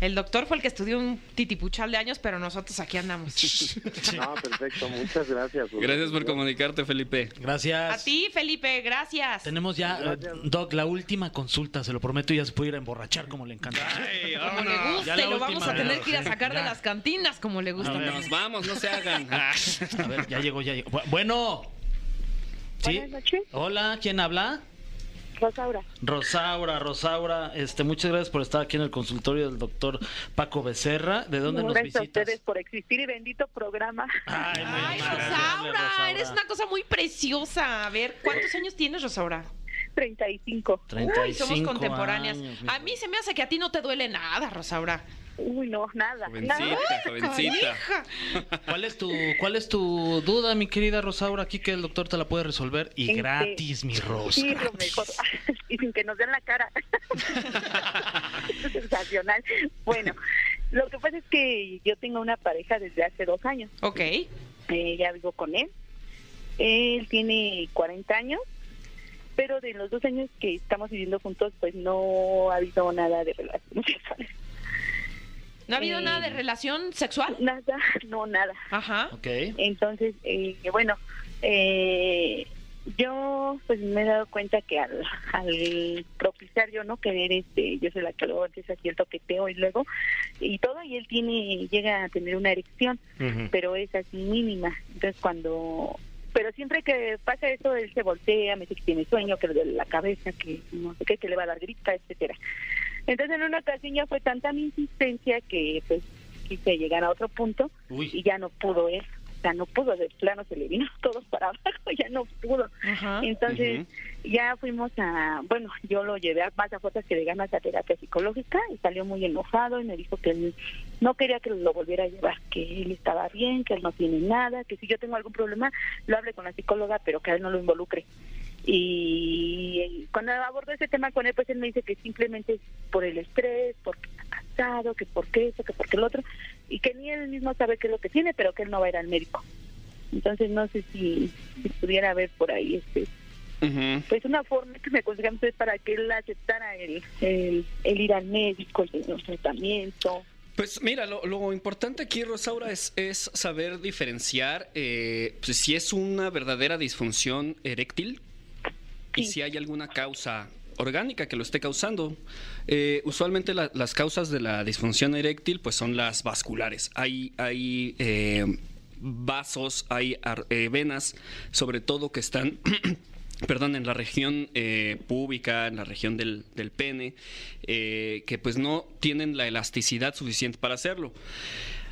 El doctor fue el que estudió un titipuchal de años, pero nosotros aquí andamos. Ah, perfecto, muchas gracias. Gracias por comunicarte, Felipe. A Gracias. ti, Felipe, gracias. Tenemos ya, eh, Gracias. Doc, la última consulta, se lo prometo, y ya se puede ir a emborrachar como le encanta. Como le Ya la guste, lo vamos última, a tener ya. que ir a sacar de Ya. las cantinas, como le gusta. A ver. Nos vamos, no se hagan. A ver, ya llegó, ya llegó. Bu- Bueno. ¿Sí? Buenas noches, Hola, ¿quién habla? Rosaura. Rosaura, Rosaura, este, muchas gracias por estar aquí en el consultorio del doctor Paco Becerra. ¿De dónde nos Gracias a visitas? Ah. ustedes por existir y bendito programa. Ay, muy Ay, amable, Eh. Rosaura, eres una cosa muy preciosa. A ver, ¿cuántos años tienes, Rosaura? 35. Uy, 35 somos contemporáneas. años, mi a mí se me hace que a ti no te duele nada, Rosaura. Uy, no, nada. nada. Jovencita, jovencita. Hija. ¿Cuál es tu, cuál es tu duda, mi querida Rosaura? Aquí que el doctor te la puede resolver y Este, gratis, mi Rosa. Sí, lo mejor. y sin que nos den la cara. Sensacional. Bueno, lo que pasa es que yo tengo una pareja desde hace dos años. Ok. Eh, ya vivo con él. Él tiene 40 años, pero de los dos años que estamos viviendo juntos, pues no ha habido nada de relaciones sexuales. ¿No ha habido Eh. nada de relación sexual? Nada, no, nada. Ajá. Ok. Entonces, eh, bueno, eh, yo pues me he dado cuenta que al, al propiciar yo no querer, este, yo soy la que luego empieza aquí el toqueteo y luego, y todo, y él tiene, llega a tener una erección, pero es así mínima. Entonces cuando, pero siempre que pasa eso, él se voltea, me dice que tiene sueño, que le duele la cabeza, que no sé qué, que le va a dar grita, etcétera. Entonces en una ocasión ya fue tanta mi insistencia que pues quise llegar a otro punto y ya no pudo él. O sea, no pudo, de plano se le vino todo para abajo, ya no pudo. Ajá. Entonces, ya fuimos a, bueno, yo lo llevé a más a fuerzas que de ganas a terapia psicológica y salió muy enojado y me dijo que él no quería que lo volviera a llevar, que él estaba bien, que él no tiene nada, que si yo tengo algún problema lo hable con la psicóloga, pero que a él no lo involucre. Y cuando abordo ese tema con él, pues él me dice que simplemente es por el estrés, porque está cansado, que porque eso, que porque el otro, y que ni él mismo sabe qué es lo que tiene, pero que él no va a ir al médico. Entonces no sé si, si pudiera haber por ahí este Ujú. pues una forma que me aconsejan ustedes para que él aceptara el, el, el ir al médico, el tener un tratamiento. Pues mira, lo, lo importante aquí, Rosaura, es, es saber diferenciar eh, pues, si es una verdadera disfunción eréctil y Sí. si hay alguna causa orgánica que lo esté causando. Eh, usualmente la- las causas de la disfunción eréctil pues son las vasculares. Hay, hay eh, vasos, hay ar- eh, venas, sobre todo que están perdón, en la región eh, púbica, en la región del, del pene, eh, que pues no tienen la elasticidad suficiente para hacerlo.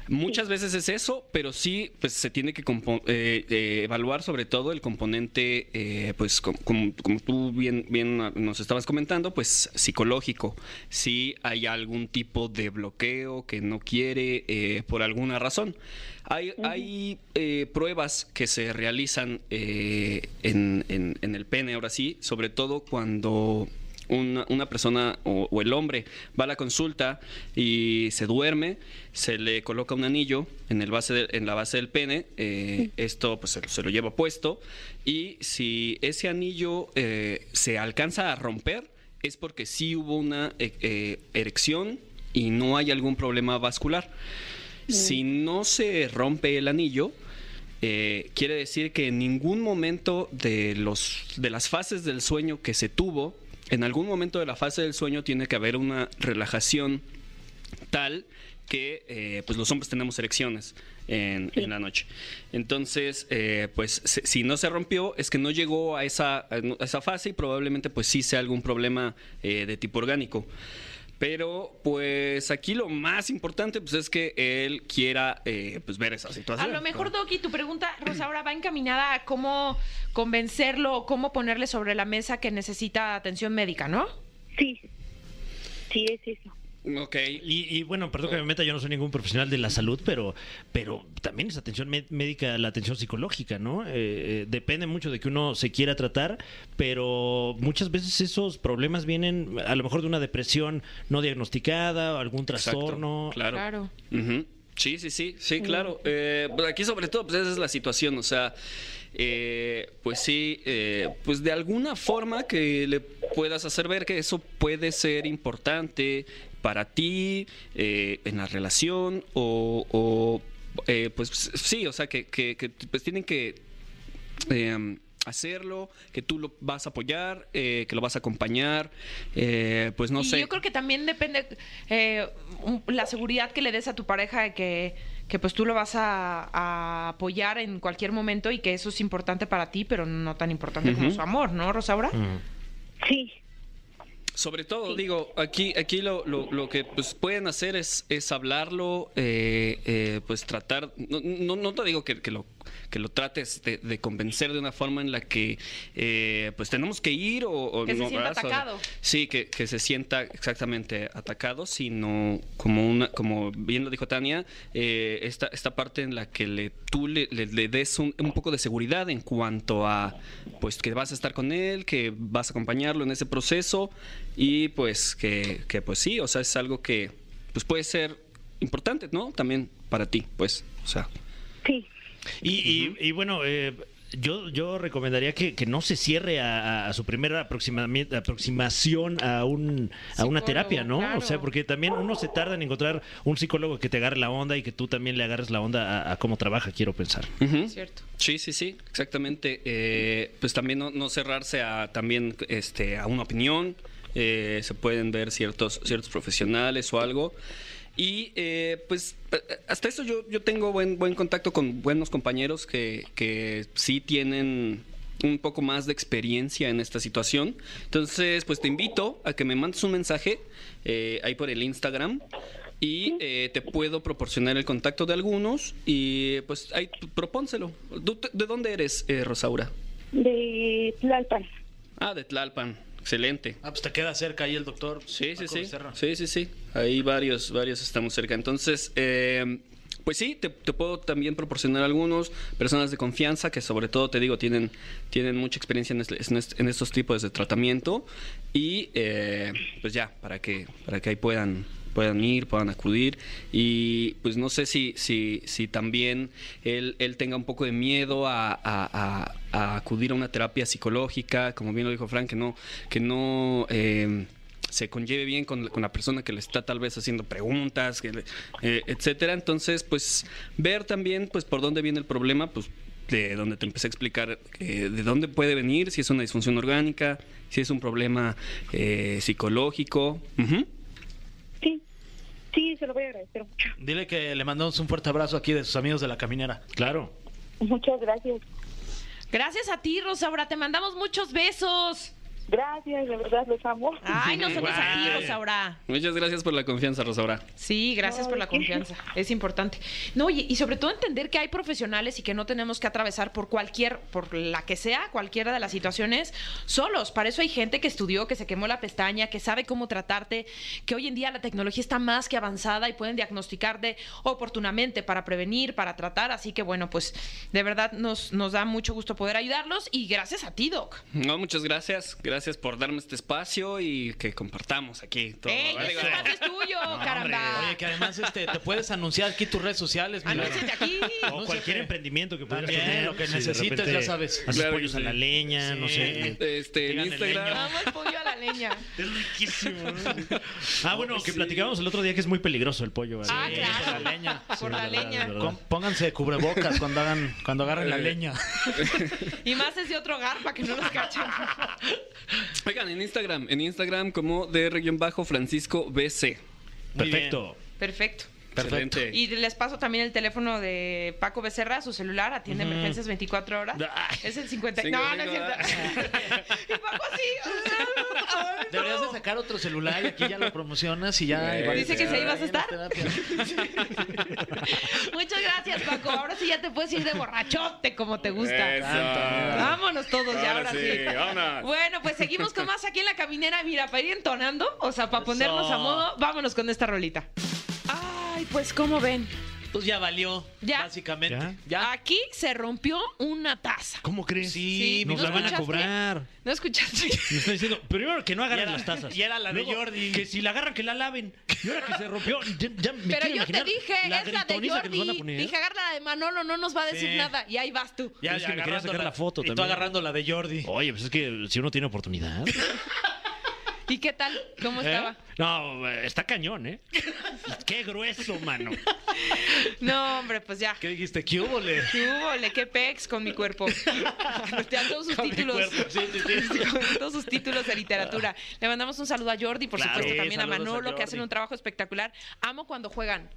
Muchas veces es eso, pero sí pues se tiene que compo- eh, eh, evaluar sobre todo el componente, eh, pues com- com- como tú bien, bien ah, nos estabas comentando, pues psicológico. Si hay algún tipo de bloqueo que no quiere eh, por alguna razón. Hay, hay eh, pruebas que se realizan eh, en, en- en el pene, ahora sí, sobre todo cuando una, una persona o, o el hombre va a la consulta y se duerme, se le coloca un anillo en, el base de- en la base del pene, eh, esto pues se, se lo lleva puesto y si ese anillo eh, se alcanza a romper es porque sí hubo una eh, eh, erección y no hay algún problema vascular. Si no se rompe el anillo, eh, quiere decir que en ningún momento de, los, de las fases del sueño que se tuvo, en algún momento de la fase del sueño tiene que haber una relajación tal que eh, pues los hombres tenemos erecciones en, en la noche. Entonces, eh, pues se- si no se rompió, es que no llegó a esa, a esa fase y probablemente pues sí sea algún problema eh, de tipo orgánico. Pero pues aquí lo más importante pues es que él quiera eh, pues ver esa A situación. lo mejor, Doki, tu pregunta, Rosa, ahora va encaminada a cómo convencerlo o cómo ponerle sobre la mesa que necesita atención médica, ¿no? Sí, sí, es eso. Ok. Y, y, bueno, perdón que me meta, yo no soy ningún profesional de la salud, pero, pero también es atención mé- médica, la atención psicológica, ¿no? Eh, eh, depende mucho de que uno se quiera tratar, pero muchas veces esos problemas vienen a lo mejor de una depresión no diagnosticada, o algún Exacto, trastorno. Claro. Ujú. Sí, sí, sí, sí, claro. Eh, pues aquí sobre todo, pues esa es la situación, o sea, eh, pues sí, eh, pues de alguna forma que le puedas hacer ver que eso puede ser importante para ti, eh, en la relación, o, o, eh, pues sí, o sea, que, que- que, pues tienen que eh, hacerlo, que tú lo vas a apoyar, eh, que lo vas a acompañar, eh, pues no y sé. yo creo que también depende eh, un- la seguridad que le des a tu pareja de que, que pues tú lo vas a, a apoyar en cualquier momento y que eso es importante para ti, pero no tan importante como Ujú. Mm. su amor, ¿no, Rosaura? Sí, Sobre todo, digo, aquí, aquí lo, lo- lo que pues, pueden hacer es, es hablarlo, eh, eh, pues tratar, no, no, no te digo que, que lo, que lo trates de, de convencer de una forma en la que eh, pues tenemos que ir o... o Que se no, sienta ¿verdad? O sea, atacado. sí, que, que se sienta exactamente atacado, sino como una, como bien lo dijo Tania, eh, esta, esta parte en la que le, tú le, le- le des un, un poco de seguridad en cuanto a pues que vas a estar con él, que vas a acompañarlo en ese proceso, y pues que, que pues sí, o sea, es algo que pues puede ser importante, ¿no? También para ti, pues. O sea. sí. Y, y- y bueno, eh, yo, yo recomendaría que, que no se cierre a, a su primera aproximami- aproximación a, un, a una Psicólogo, terapia, ¿no? claro. O sea, porque también uno se tarda en encontrar un psicólogo que te agarre la onda y que tú también le agarres la onda a, a cómo trabaja, quiero pensar. Ujú. Cierto. Sí, sí, sí, exactamente. Eh, pues también no, no cerrarse a también este a una opinión. Eh, se pueden ver ciertos ciertos profesionales o algo. Y eh, pues eh, hasta eso yo, yo tengo buen buen contacto con buenos compañeros que, que sí tienen un poco más de experiencia en esta situación. Entonces, pues te invito a que me mandes un mensaje eh, ahí por el Instagram y eh, te puedo proporcionar el contacto de algunos y pues ahí p- propónselo. ¿Tú te- ¿De dónde eres, eh, Rosaura? De Tlalpan. Ah, de Tlalpan. Excelente. Ah, pues te queda cerca ahí el doctor. Sí, sí, Paco sí. Becerra. Sí, sí, sí. Ahí varios, varios estamos cerca. Entonces, eh, pues sí, te, te puedo también proporcionar algunos personas de confianza que sobre todo, te digo, tienen, tienen mucha experiencia en, este- en est- en estos tipos de tratamiento. Y eh, pues ya, para que, para que ahí puedan puedan ir, puedan acudir y pues no sé si, si, si también él, él tenga un poco de miedo a, a- a- a acudir a una terapia psicológica, como bien lo dijo Frank, que no, que no eh, se conlleve bien con, con la persona que le está tal vez haciendo preguntas, que le- eh, etcétera. Entonces, pues ver también pues por dónde viene el problema, pues de donde te empecé a explicar eh, de dónde puede venir, si es una disfunción orgánica, si es un problema eh, psicológico. Ujú. Sí, sí, se lo voy a agradecer mucho. Dile que le mandamos un fuerte abrazo aquí de sus amigos de la caminera. Claro. Muchas gracias. Gracias a ti, Rosaura. Te mandamos muchos besos. Gracias, de verdad los amo. Ay, nosotros Guau. aquí, Rosaura. Muchas gracias por la confianza, Rosaura. Sí, gracias por la confianza. Es importante. No, y, y sobre todo entender que hay profesionales y que no tenemos que atravesar por cualquier, por la que sea, cualquiera de las situaciones, solos. Para eso hay gente que estudió, que se quemó la pestaña, que sabe cómo tratarte, que hoy en día la tecnología está más que avanzada y pueden diagnosticarte oportunamente para prevenir, para tratar. Así que bueno, pues de verdad nos, nos da mucho gusto poder ayudarlos y gracias a ti, Doc. No, muchas gracias. Gracias por darme este espacio y que compartamos aquí todo. Este, ¡Ey, Digo, ese espacio es tuyo, caramba! Oye, que además este, te puedes anunciar aquí tus redes sociales. mi Anúnciate Laura. aquí. O cualquier emprendimiento que puedas También, tener. lo que si de necesites, repente ya sabes. Haces Claro que pollos a sí. la leña, no Sí. sé. Este, en Díganle Instagram. leño. Vamos, pollo a la leña. Es riquísimo. Ah, bueno, pues que platicábamos el otro día que es muy peligroso el pollo. ¿verdad? Ah, claro. por la leña. Sí, Por la verdad, leña. verdad. Con- Pónganse cubrebocas cuando hagan, cuando agarren Eh. la leña. Y más es de otro hogar para que no los cachen. Oigan, en Instagram, en Instagram como DR-Francisco BC. Perfecto. Perfecto. Perfecto. Y les paso también el teléfono de Paco Becerra, su celular, atiende emergencias 24 horas. Es el 50. Cinco, No, no es cinco, cierto. y Paco así. Deberías de sacar otro celular y aquí ya lo promocionas y ya. Güey, Eh. igual- Dice que sí, ahí vas a en las estar. terapias. Muchas gracias, Paco. Ahora sí ya te puedes ir de borrachote como te gusta. Eso. Vámonos todos ya, ahora Ahora sí. sí, vámonos. Bueno, pues seguimos con más aquí en la caminera. Mira, para ir entonando, o sea, para ponernos a modo, vámonos con esta rolita. Ay, pues, ¿cómo ven? Pues ya valió, Ya. básicamente. Ya. Ya. Aquí se rompió una taza. ¿Cómo crees? Sí, nos ¿no la van a escuchaste? cobrar. ¿No escuchaste? Me está diciendo, primero que no agarren Y era- las tazas. y era la de Luego, Jordi. Que si la agarran, que la laven. Y ahora que se rompió, ya, ya me quiero Pero yo te imaginar dije, es la de gritoniza que nos van a Jordi. poner. ¿eh? Dije, agarra la de Manolo, no nos va a decir Sí. nada. Y ahí vas tú. Ya, Es que me quería agarrando sacar la foto y tú también. agarrando la de Jordi. Oye, pues es que si uno tiene oportunidad. ¿Y qué tal? ¿Cómo ¿eh? estaba? No, eh, está cañón, ¿eh? Qué grueso, mano. No, hombre, pues ya. ¿Qué dijiste? ¿Qué hubo, le? ¿Qué hubo? Le? ¿Qué pex con mi cuerpo? Te dan todos sus títulos. Con todos sus títulos de literatura. Le mandamos un saludo a Jordi, por Claro. supuesto, Sí, también a saludos a Manolo, que Jordi. hacen un trabajo espectacular. Amo cuando juegan.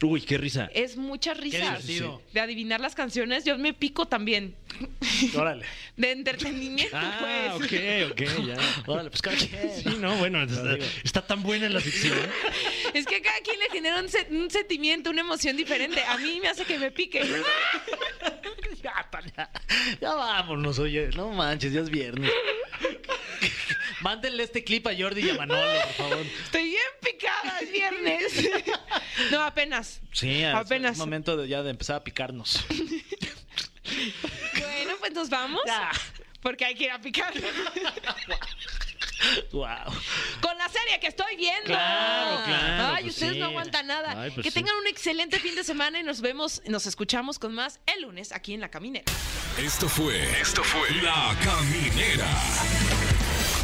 Uy, qué risa. Es muchas risas. divertido. De adivinar las canciones, yo me pico también. Órale. De entretenimiento, Ah, pues. ok, ok, ya. Órale, pues cada quien. Sí, no, bueno, está, está tan buena la ficción. Es que a cada quien le genera un, se- un sentimiento, una emoción diferente. A mí me hace que me pique. Ya, para- ya vámonos, oye. No manches, ya es viernes. Mándenle este clip a Jordi y a Manolo, por favor. Estoy bien picada el viernes. No, apenas. Sí, es- Apenas. Es momento de ya de empezar a picarnos. Bueno, pues nos vamos. Porque hay que ir a picar. Wow. Con la serie que estoy viendo. Claro, claro, Ay, pues ustedes sí. no aguantan nada. Ay, pues que sí. tengan un excelente fin de semana y nos vemos, nos escuchamos con más el lunes aquí en La Caminera. Esto fue. Esto fue. La Caminera.